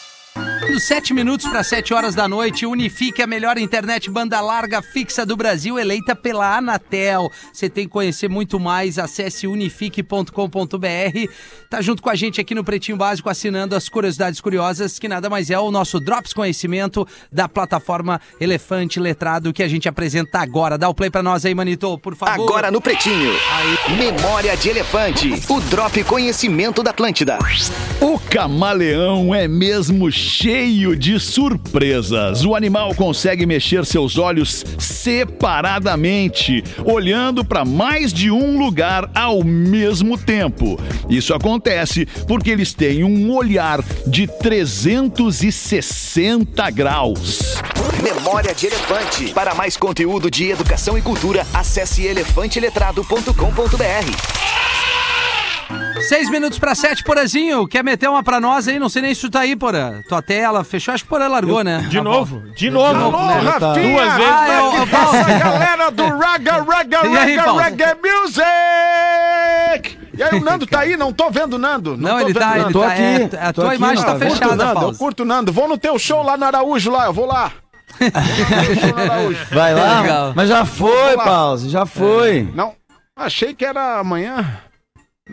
Speaker 3: Dos 7 minutos para 7 horas da noite, Unifique a melhor internet banda larga fixa do Brasil, eleita pela Anatel. Você tem que conhecer muito mais, acesse unifique.com.br. Tá junto com a gente aqui no Pretinho Básico, assinando as curiosidades curiosas, que nada mais é o nosso Drops Conhecimento da plataforma Elefante Letrado, que a gente apresenta agora. Dá o play para nós aí, Manito, por favor.
Speaker 1: Agora no Pretinho. Memória de Elefante. O Drop Conhecimento da Atlântida.
Speaker 8: O camaleão é mesmo cheio de surpresas. O animal consegue mexer seus olhos separadamente, olhando para mais de um lugar ao mesmo tempo. Isso acontece porque eles têm um olhar de 360 graus.
Speaker 1: Memória de Elefante. Para mais conteúdo de educação e cultura, acesse elefanteletrado.com.br.
Speaker 3: Seis minutos para sete, Porazinho. Quer meter uma para nós aí? Não sei nem se tu tá aí, Porã. Tua tela fechou. Acho que o Porã largou, né?
Speaker 7: De
Speaker 6: Tá
Speaker 3: A
Speaker 7: novo, de
Speaker 4: Alô,
Speaker 7: novo.
Speaker 6: né? Tá.
Speaker 4: Rafinha!
Speaker 7: Duas vezes.
Speaker 3: Ah, eu- eu-
Speaker 4: Aqui tá a galera do Raga, Raga,
Speaker 3: E aí,
Speaker 4: Raga,
Speaker 3: Paulo?
Speaker 4: Raga Music! E aí, o Nando tá aí? Não tô vendo o Nando.
Speaker 3: Não,
Speaker 4: tô
Speaker 3: ele
Speaker 4: vendo um
Speaker 3: tá,
Speaker 4: o Nando.
Speaker 3: ele
Speaker 6: Tô
Speaker 3: tá.
Speaker 6: aqui,
Speaker 3: é, a
Speaker 6: tô
Speaker 3: tua
Speaker 6: aqui,
Speaker 3: imagem tá
Speaker 6: tá vendo?
Speaker 4: Curto o
Speaker 3: fechada,
Speaker 4: Nando, eu
Speaker 3: Paulo.
Speaker 4: curto o Nando. Vou no teu show lá na Araújo, lá, eu vou lá. Vou no show na Araújo.
Speaker 6: Vai lá,
Speaker 3: Legal.
Speaker 6: mas já foi,
Speaker 4: Vamos lá.
Speaker 6: Pause, já foi.
Speaker 4: Não, achei que era amanhã.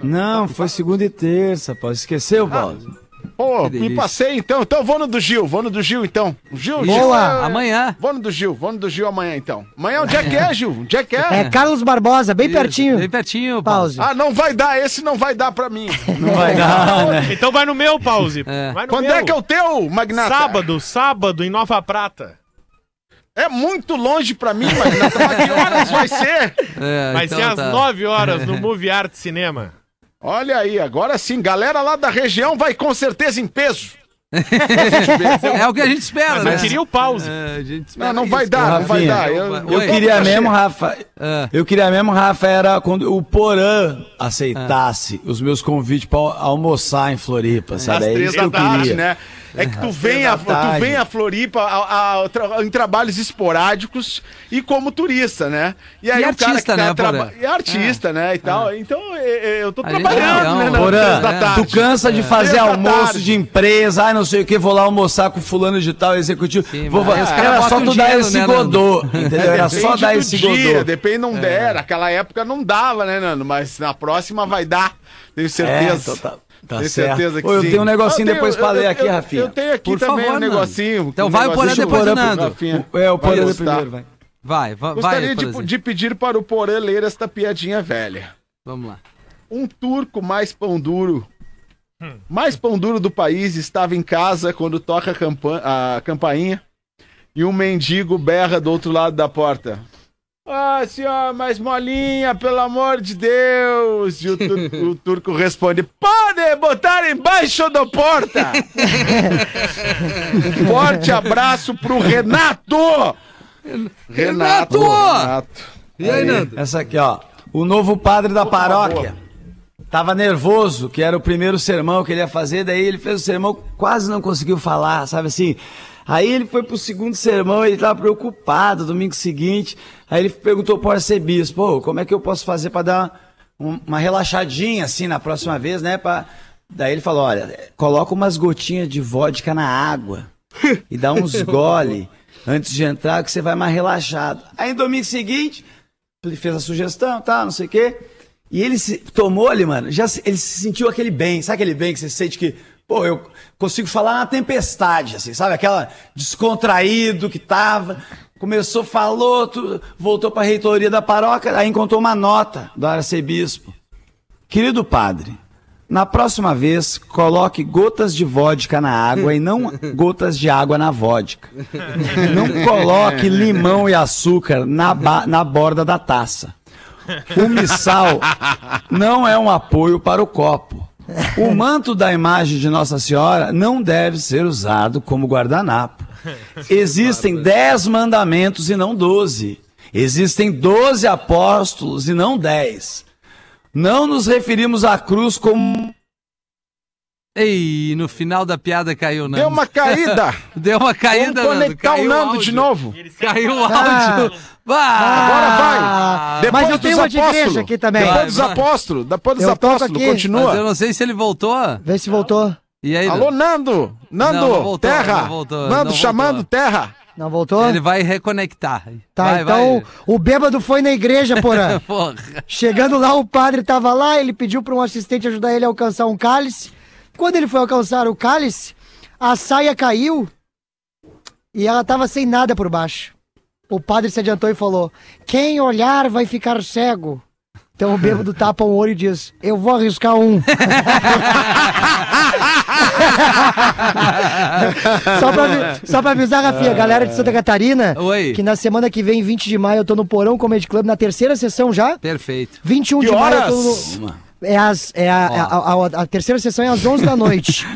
Speaker 6: Não, foi segunda e terça, Pause. Esqueceu, Pause?
Speaker 4: Pô,
Speaker 3: Que delícia.
Speaker 4: me passei então. Então vou no do Gil, vou no do Gil então. Gil, Gil.
Speaker 5: Boa.
Speaker 4: é-
Speaker 3: Amanhã.
Speaker 4: Vou no do Gil, vou no do Gil amanhã então. Amanhã onde é que é, Gil? Onde é que
Speaker 5: É
Speaker 4: é?
Speaker 5: Carlos Barbosa, bem pertinho.
Speaker 3: Bem pertinho, Paulo.
Speaker 5: Pause.
Speaker 4: Ah, não vai dar, esse não vai dar pra mim.
Speaker 6: Não vai dar, né?
Speaker 7: Então vai no meu, pause. Vai no
Speaker 4: Quando
Speaker 7: meu.
Speaker 4: é que é o teu, Magnata?
Speaker 7: Sábado, sábado em Nova Prata.
Speaker 4: É muito longe pra mim, Magnata. Mas que horas vai ser?
Speaker 3: É,
Speaker 7: Vai
Speaker 3: então
Speaker 7: ser às
Speaker 3: tá.
Speaker 7: 9 horas no Movie Art Cinema.
Speaker 4: Olha aí, agora sim, galera lá da região vai com certeza em peso. um
Speaker 3: É o que a gente espera,
Speaker 7: Mas
Speaker 3: né?
Speaker 7: eu queria o pause.
Speaker 3: É, a gente espera
Speaker 4: Não, não
Speaker 3: isso.
Speaker 4: vai dar, não vai
Speaker 6: Rafinha.
Speaker 4: dar. Eu,
Speaker 3: Oi.
Speaker 4: eu
Speaker 6: Eu
Speaker 3: Oi.
Speaker 4: tô-
Speaker 6: queria mesmo, Rafa.
Speaker 3: Ah.
Speaker 6: Eu queria mesmo, Rafa, era quando o Porã aceitasse os meus convites pra al- almoçar em Floripa,
Speaker 4: Ah. Às
Speaker 6: sabe? É
Speaker 4: três
Speaker 6: isso que
Speaker 4: da
Speaker 6: eu
Speaker 4: tarde,
Speaker 6: queria.
Speaker 4: né? É que tu vem a,
Speaker 6: da
Speaker 4: tu
Speaker 6: tarde.
Speaker 4: vem a Floripa a- a- tra- em trabalhos esporádicos e como turista, né?
Speaker 3: E
Speaker 4: aí o cara que tá
Speaker 3: artista, né,
Speaker 4: traba-
Speaker 3: Porã?
Speaker 4: E artista, né? E tal. Então é, é, eu tô
Speaker 3: A gente
Speaker 4: trabalhando,
Speaker 3: não,
Speaker 4: né? nas
Speaker 6: Porã,
Speaker 4: três da
Speaker 6: tu
Speaker 4: tarde. É.
Speaker 6: cansa de fazer
Speaker 4: Três da
Speaker 6: almoço
Speaker 4: tarde.
Speaker 6: de empresa, ai não sei o que, vou lá almoçar com fulano de tal executivo.
Speaker 3: Sim,
Speaker 6: vou,
Speaker 3: mas aí os caras
Speaker 6: era só
Speaker 3: botam
Speaker 6: tu dar
Speaker 3: dinheiro,
Speaker 6: esse
Speaker 3: né,
Speaker 6: godô, entendeu? Era só É.
Speaker 4: Depende
Speaker 6: dar
Speaker 4: do
Speaker 6: esse
Speaker 4: dia,
Speaker 6: godô.
Speaker 4: Depende, não der. Naquela época não dava, né, Nando? Mas na próxima vai dar. Tenho certeza.
Speaker 6: É, então tá, tá
Speaker 4: tenho
Speaker 6: certo.
Speaker 4: certeza que
Speaker 6: Ô, eu
Speaker 4: sim.
Speaker 6: tenho um negocinho
Speaker 4: Eu
Speaker 6: depois
Speaker 4: tenho-
Speaker 6: pra
Speaker 4: eu-
Speaker 6: ler
Speaker 4: eu-
Speaker 6: aqui, Rafinha.
Speaker 4: Eu tenho aqui
Speaker 3: Por
Speaker 4: também
Speaker 3: favor,
Speaker 4: um
Speaker 3: Nando.
Speaker 4: negocinho.
Speaker 3: Então
Speaker 4: um
Speaker 3: vai o Porã
Speaker 4: negocinho.
Speaker 3: depois do
Speaker 4: Deixa
Speaker 3: Nando.
Speaker 4: Rafinha.
Speaker 6: O- É, o
Speaker 4: Vai
Speaker 6: Porã
Speaker 4: gostar.
Speaker 6: primeiro, vai.
Speaker 3: Vai, va- vai.
Speaker 4: Gostaria de,
Speaker 3: Porazinho.
Speaker 4: de pedir para o Porã ler esta piadinha velha.
Speaker 3: Vamos lá.
Speaker 4: Um turco mais pão duro. Mais pão duro do país estava em casa quando toca a, campa- a campainha e um mendigo berra do outro lado da porta. Ah, senhor, mais molinha, pelo amor de Deus! E o, tur- o turco responde: Pode botar embaixo da porta! um forte abraço pro Renato!
Speaker 3: Renato! E aí, Nando?
Speaker 6: Essa aqui, ó. O novo padre da paróquia. Tava nervoso, que era o primeiro sermão que ele ia fazer, daí ele fez o sermão, quase não conseguiu falar, sabe assim? Aí ele foi pro segundo sermão, ele tava preocupado, domingo seguinte, aí ele perguntou pro arcebispo, pô, como é que eu posso fazer pra dar um- uma relaxadinha assim na próxima vez, né? Pra... Daí ele falou, olha, coloca umas gotinhas de vodka na água e dá uns gole antes de entrar que você vai mais relaxado. Aí no domingo seguinte, ele fez a sugestão, tá, não sei o quê. E ele se, tomou ali, mano, já se- ele se sentiu aquele bem, sabe aquele bem que você sente que, pô, eu consigo falar na tempestade, assim, sabe? Aquela descontraído que tava. Começou, falou, tu- voltou pra reitoria da paróquia, aí encontrou uma nota do arcebispo. Querido padre, na próxima vez, coloque gotas de vodka na água e não gotas de água na vodka. Não coloque limão e açúcar na, ba- na borda da taça. O missal não é um apoio para o copo. O manto da imagem de Nossa Senhora não deve ser usado como guardanapo. Existem dez mandamentos e não doze. Existem doze apóstolos e não dez. Não nos referimos à cruz como um-
Speaker 3: Ei, no final da piada caiu o Nando.
Speaker 4: Deu uma caída.
Speaker 3: Deu uma caída,
Speaker 4: Vamos
Speaker 3: Nando.
Speaker 4: conectar o
Speaker 3: Caiu
Speaker 4: Nando
Speaker 3: áudio.
Speaker 4: de novo.
Speaker 3: Caiu o
Speaker 5: Ah.
Speaker 3: áudio.
Speaker 4: Agora
Speaker 3: Bah!
Speaker 4: vai. Depois
Speaker 5: tá- Mas eu tenho
Speaker 4: dos
Speaker 5: uma de igreja
Speaker 4: apóstolos.
Speaker 5: aqui também.
Speaker 3: Vai,
Speaker 4: Depois dos apóstolos. Depois dos
Speaker 5: Eu toco
Speaker 4: apóstolos.
Speaker 5: aqui.
Speaker 3: Mas eu
Speaker 4: Continua.
Speaker 3: não sei se ele voltou.
Speaker 5: Vê se voltou.
Speaker 3: E aí,
Speaker 4: Alô,
Speaker 3: Nando?
Speaker 4: Nando. Nando,
Speaker 3: Não, não voltou,
Speaker 4: terra.
Speaker 3: não voltou, não
Speaker 4: Nando
Speaker 3: voltou.
Speaker 4: chamando, terra.
Speaker 5: Não voltou?
Speaker 3: ele vai reconectar.
Speaker 5: Tá,
Speaker 3: Vai,
Speaker 5: então
Speaker 3: vai.
Speaker 5: o bêbado foi na igreja, porra.
Speaker 3: Porra.
Speaker 5: Chegando lá, o padre tava lá, ele pediu para um assistente ajudar ele a alcançar um cálice. Quando ele foi alcançar o cálice, a saia caiu e ela tava sem nada por baixo. O padre se adiantou e falou: Quem olhar vai ficar cego. Então o bêbado tapa um olho e diz: Eu vou arriscar um. só, pra, avi- só pra avisar, Rafinha, galera de Santa Catarina,
Speaker 3: Oi.
Speaker 5: que na semana que vem, 20 de maio, eu tô no Porão Comedy Club, na terceira sessão já.
Speaker 3: Perfeito.
Speaker 5: 21 de
Speaker 4: Que
Speaker 5: maio.
Speaker 4: horas?
Speaker 5: eu tô no- É, as, é a, é a- a- a- a terceira sessão é às 11 da noite.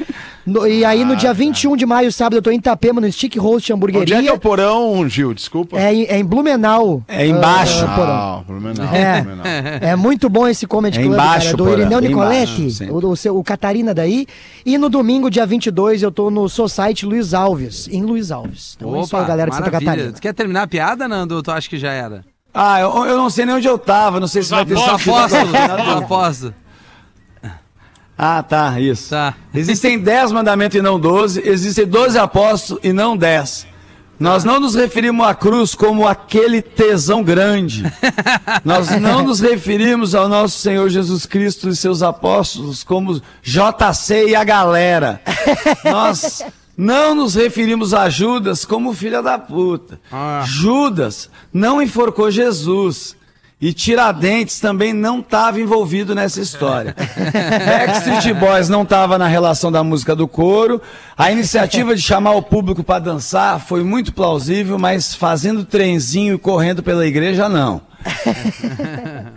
Speaker 5: No- e aí,
Speaker 6: Ah,
Speaker 5: no
Speaker 6: tá.
Speaker 5: dia 21 de maio, sábado, eu tô em Itapema, no Stick
Speaker 4: Onde
Speaker 5: Host Hamburgueria.
Speaker 4: é que é o porão, Gil? Desculpa.
Speaker 5: É em, é em Blumenau.
Speaker 6: É embaixo.
Speaker 5: ah, porão.
Speaker 4: Não, Blumenau,
Speaker 5: É.
Speaker 4: Blumenau.
Speaker 5: É muito bom esse Comedy
Speaker 6: É
Speaker 5: Club,
Speaker 6: embaixo,
Speaker 5: cara, do
Speaker 6: Porã,
Speaker 5: Irineu
Speaker 6: é
Speaker 5: Nicoletti,
Speaker 6: embaixo, sempre.
Speaker 5: o, o seu- o Catarina daí. E no domingo, dia 22, eu tô no Society Luiz Alves, em Luiz Alves. Então é isso aí, galera de Santa
Speaker 3: maravilha.
Speaker 5: Catarina.
Speaker 3: Tu quer terminar a piada, Nando? Ou Tu acha que já era?
Speaker 6: Ah, eu, eu não sei nem onde eu tava, não sei se vai ter
Speaker 3: Os apóstolos. Os
Speaker 6: Apóstolo. né?
Speaker 3: apóstolos.
Speaker 6: Ah, tá, isso.
Speaker 3: Tá.
Speaker 6: Existem 10 mandamentos e não 12, existem 12 apóstolos e não 10. Nós não nos referimos à cruz como aquele tesão grande. Nós não nos referimos ao nosso Senhor Jesus Cristo e seus apóstolos como JC e a galera. Nós não nos referimos a Judas como filha da puta. Judas não enforcou Jesus. E Tiradentes também não estava envolvido nessa história. Backstreet Boys não estava na relação da música do coro. A iniciativa de chamar o público para dançar foi muito plausível, mas fazendo trenzinho e correndo pela igreja, não.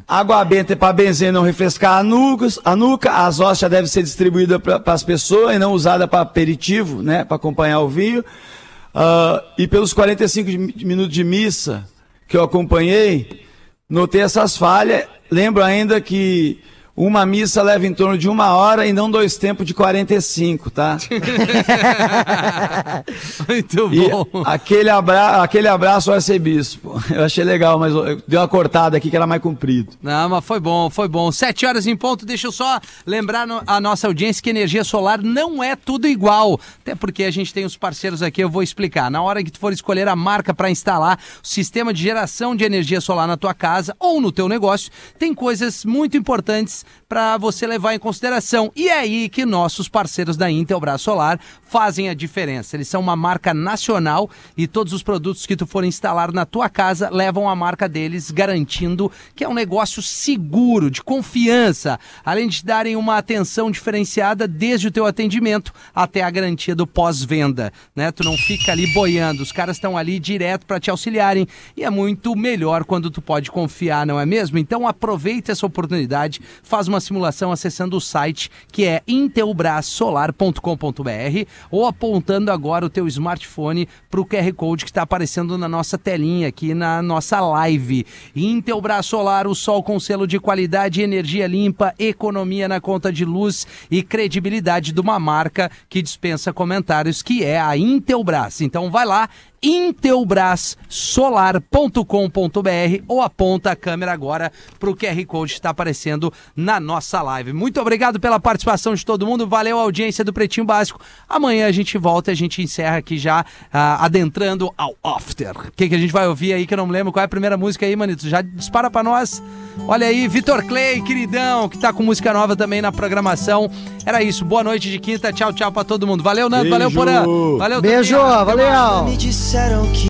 Speaker 6: Água benta é para benzer e não refrescar a nuca, a nuca. As hóstias devem ser distribuídas para as pessoas e não usada para aperitivo, né? Para acompanhar o vinho. Ah, e pelos 45 de- de minutos de missa que eu acompanhei, notei essas falhas. Lembro ainda que uma missa leva em torno de uma hora e não dois tempos de 45, tá?
Speaker 3: Muito
Speaker 6: E
Speaker 3: bom.
Speaker 6: aquele, abra aquele abraço ao arcebispo. Eu achei legal, mas eu- eu- deu uma cortada aqui que era mais comprido.
Speaker 3: Não, mas foi bom, foi bom. Sete horas em ponto, deixa eu só lembrar no- a nossa audiência que energia solar não é tudo igual. Até porque a gente tem os parceiros aqui, eu vou explicar. Na hora que tu for escolher a marca para instalar o sistema de geração de energia solar na tua casa ou no teu negócio, tem coisas muito importantes para você levar em consideração. E é aí que nossos parceiros da Intelbras Solar fazem a diferença. Eles são uma marca nacional e todos os produtos que tu for instalar na tua casa levam a marca deles, garantindo que é um negócio seguro, de confiança, além de darem uma atenção diferenciada desde o teu atendimento até a garantia do pós-venda, né? Tu não fica ali boiando, os caras estão ali direto para te auxiliarem e é muito melhor quando tu pode confiar, não é mesmo? Então aproveita essa oportunidade, faz uma simulação acessando o site que é intelbrasolar.com.br ou apontando agora o teu smartphone para o QR Code que está aparecendo na nossa telinha aqui na nossa live. Intelbras Solar, o sol com selo de qualidade, energia limpa, economia na conta de luz e credibilidade de uma marca que dispensa comentários, que é a Intelbras. Então vai lá, intelbrassolar.com.br ou aponta a câmera agora para o QR Code que está aparecendo na nossa live. Muito obrigado pela participação de todo mundo, valeu a audiência do Pretinho Básico. Amanhã a gente volta, a gente encerra aqui já ah, adentrando ao after. O que, que a gente vai ouvir aí que eu não me lembro qual é a primeira música aí, Manito? Já dispara para nós. Olha aí, Vitor Clay, queridão, que tá com música nova também na programação. Era isso, boa noite de quinta, tchau, tchau para todo mundo. Valeu, Nando, valeu, Porã. Valeu,
Speaker 5: Beijo,
Speaker 3: Tatinha.
Speaker 4: um
Speaker 5: valeu.
Speaker 9: Me disseram que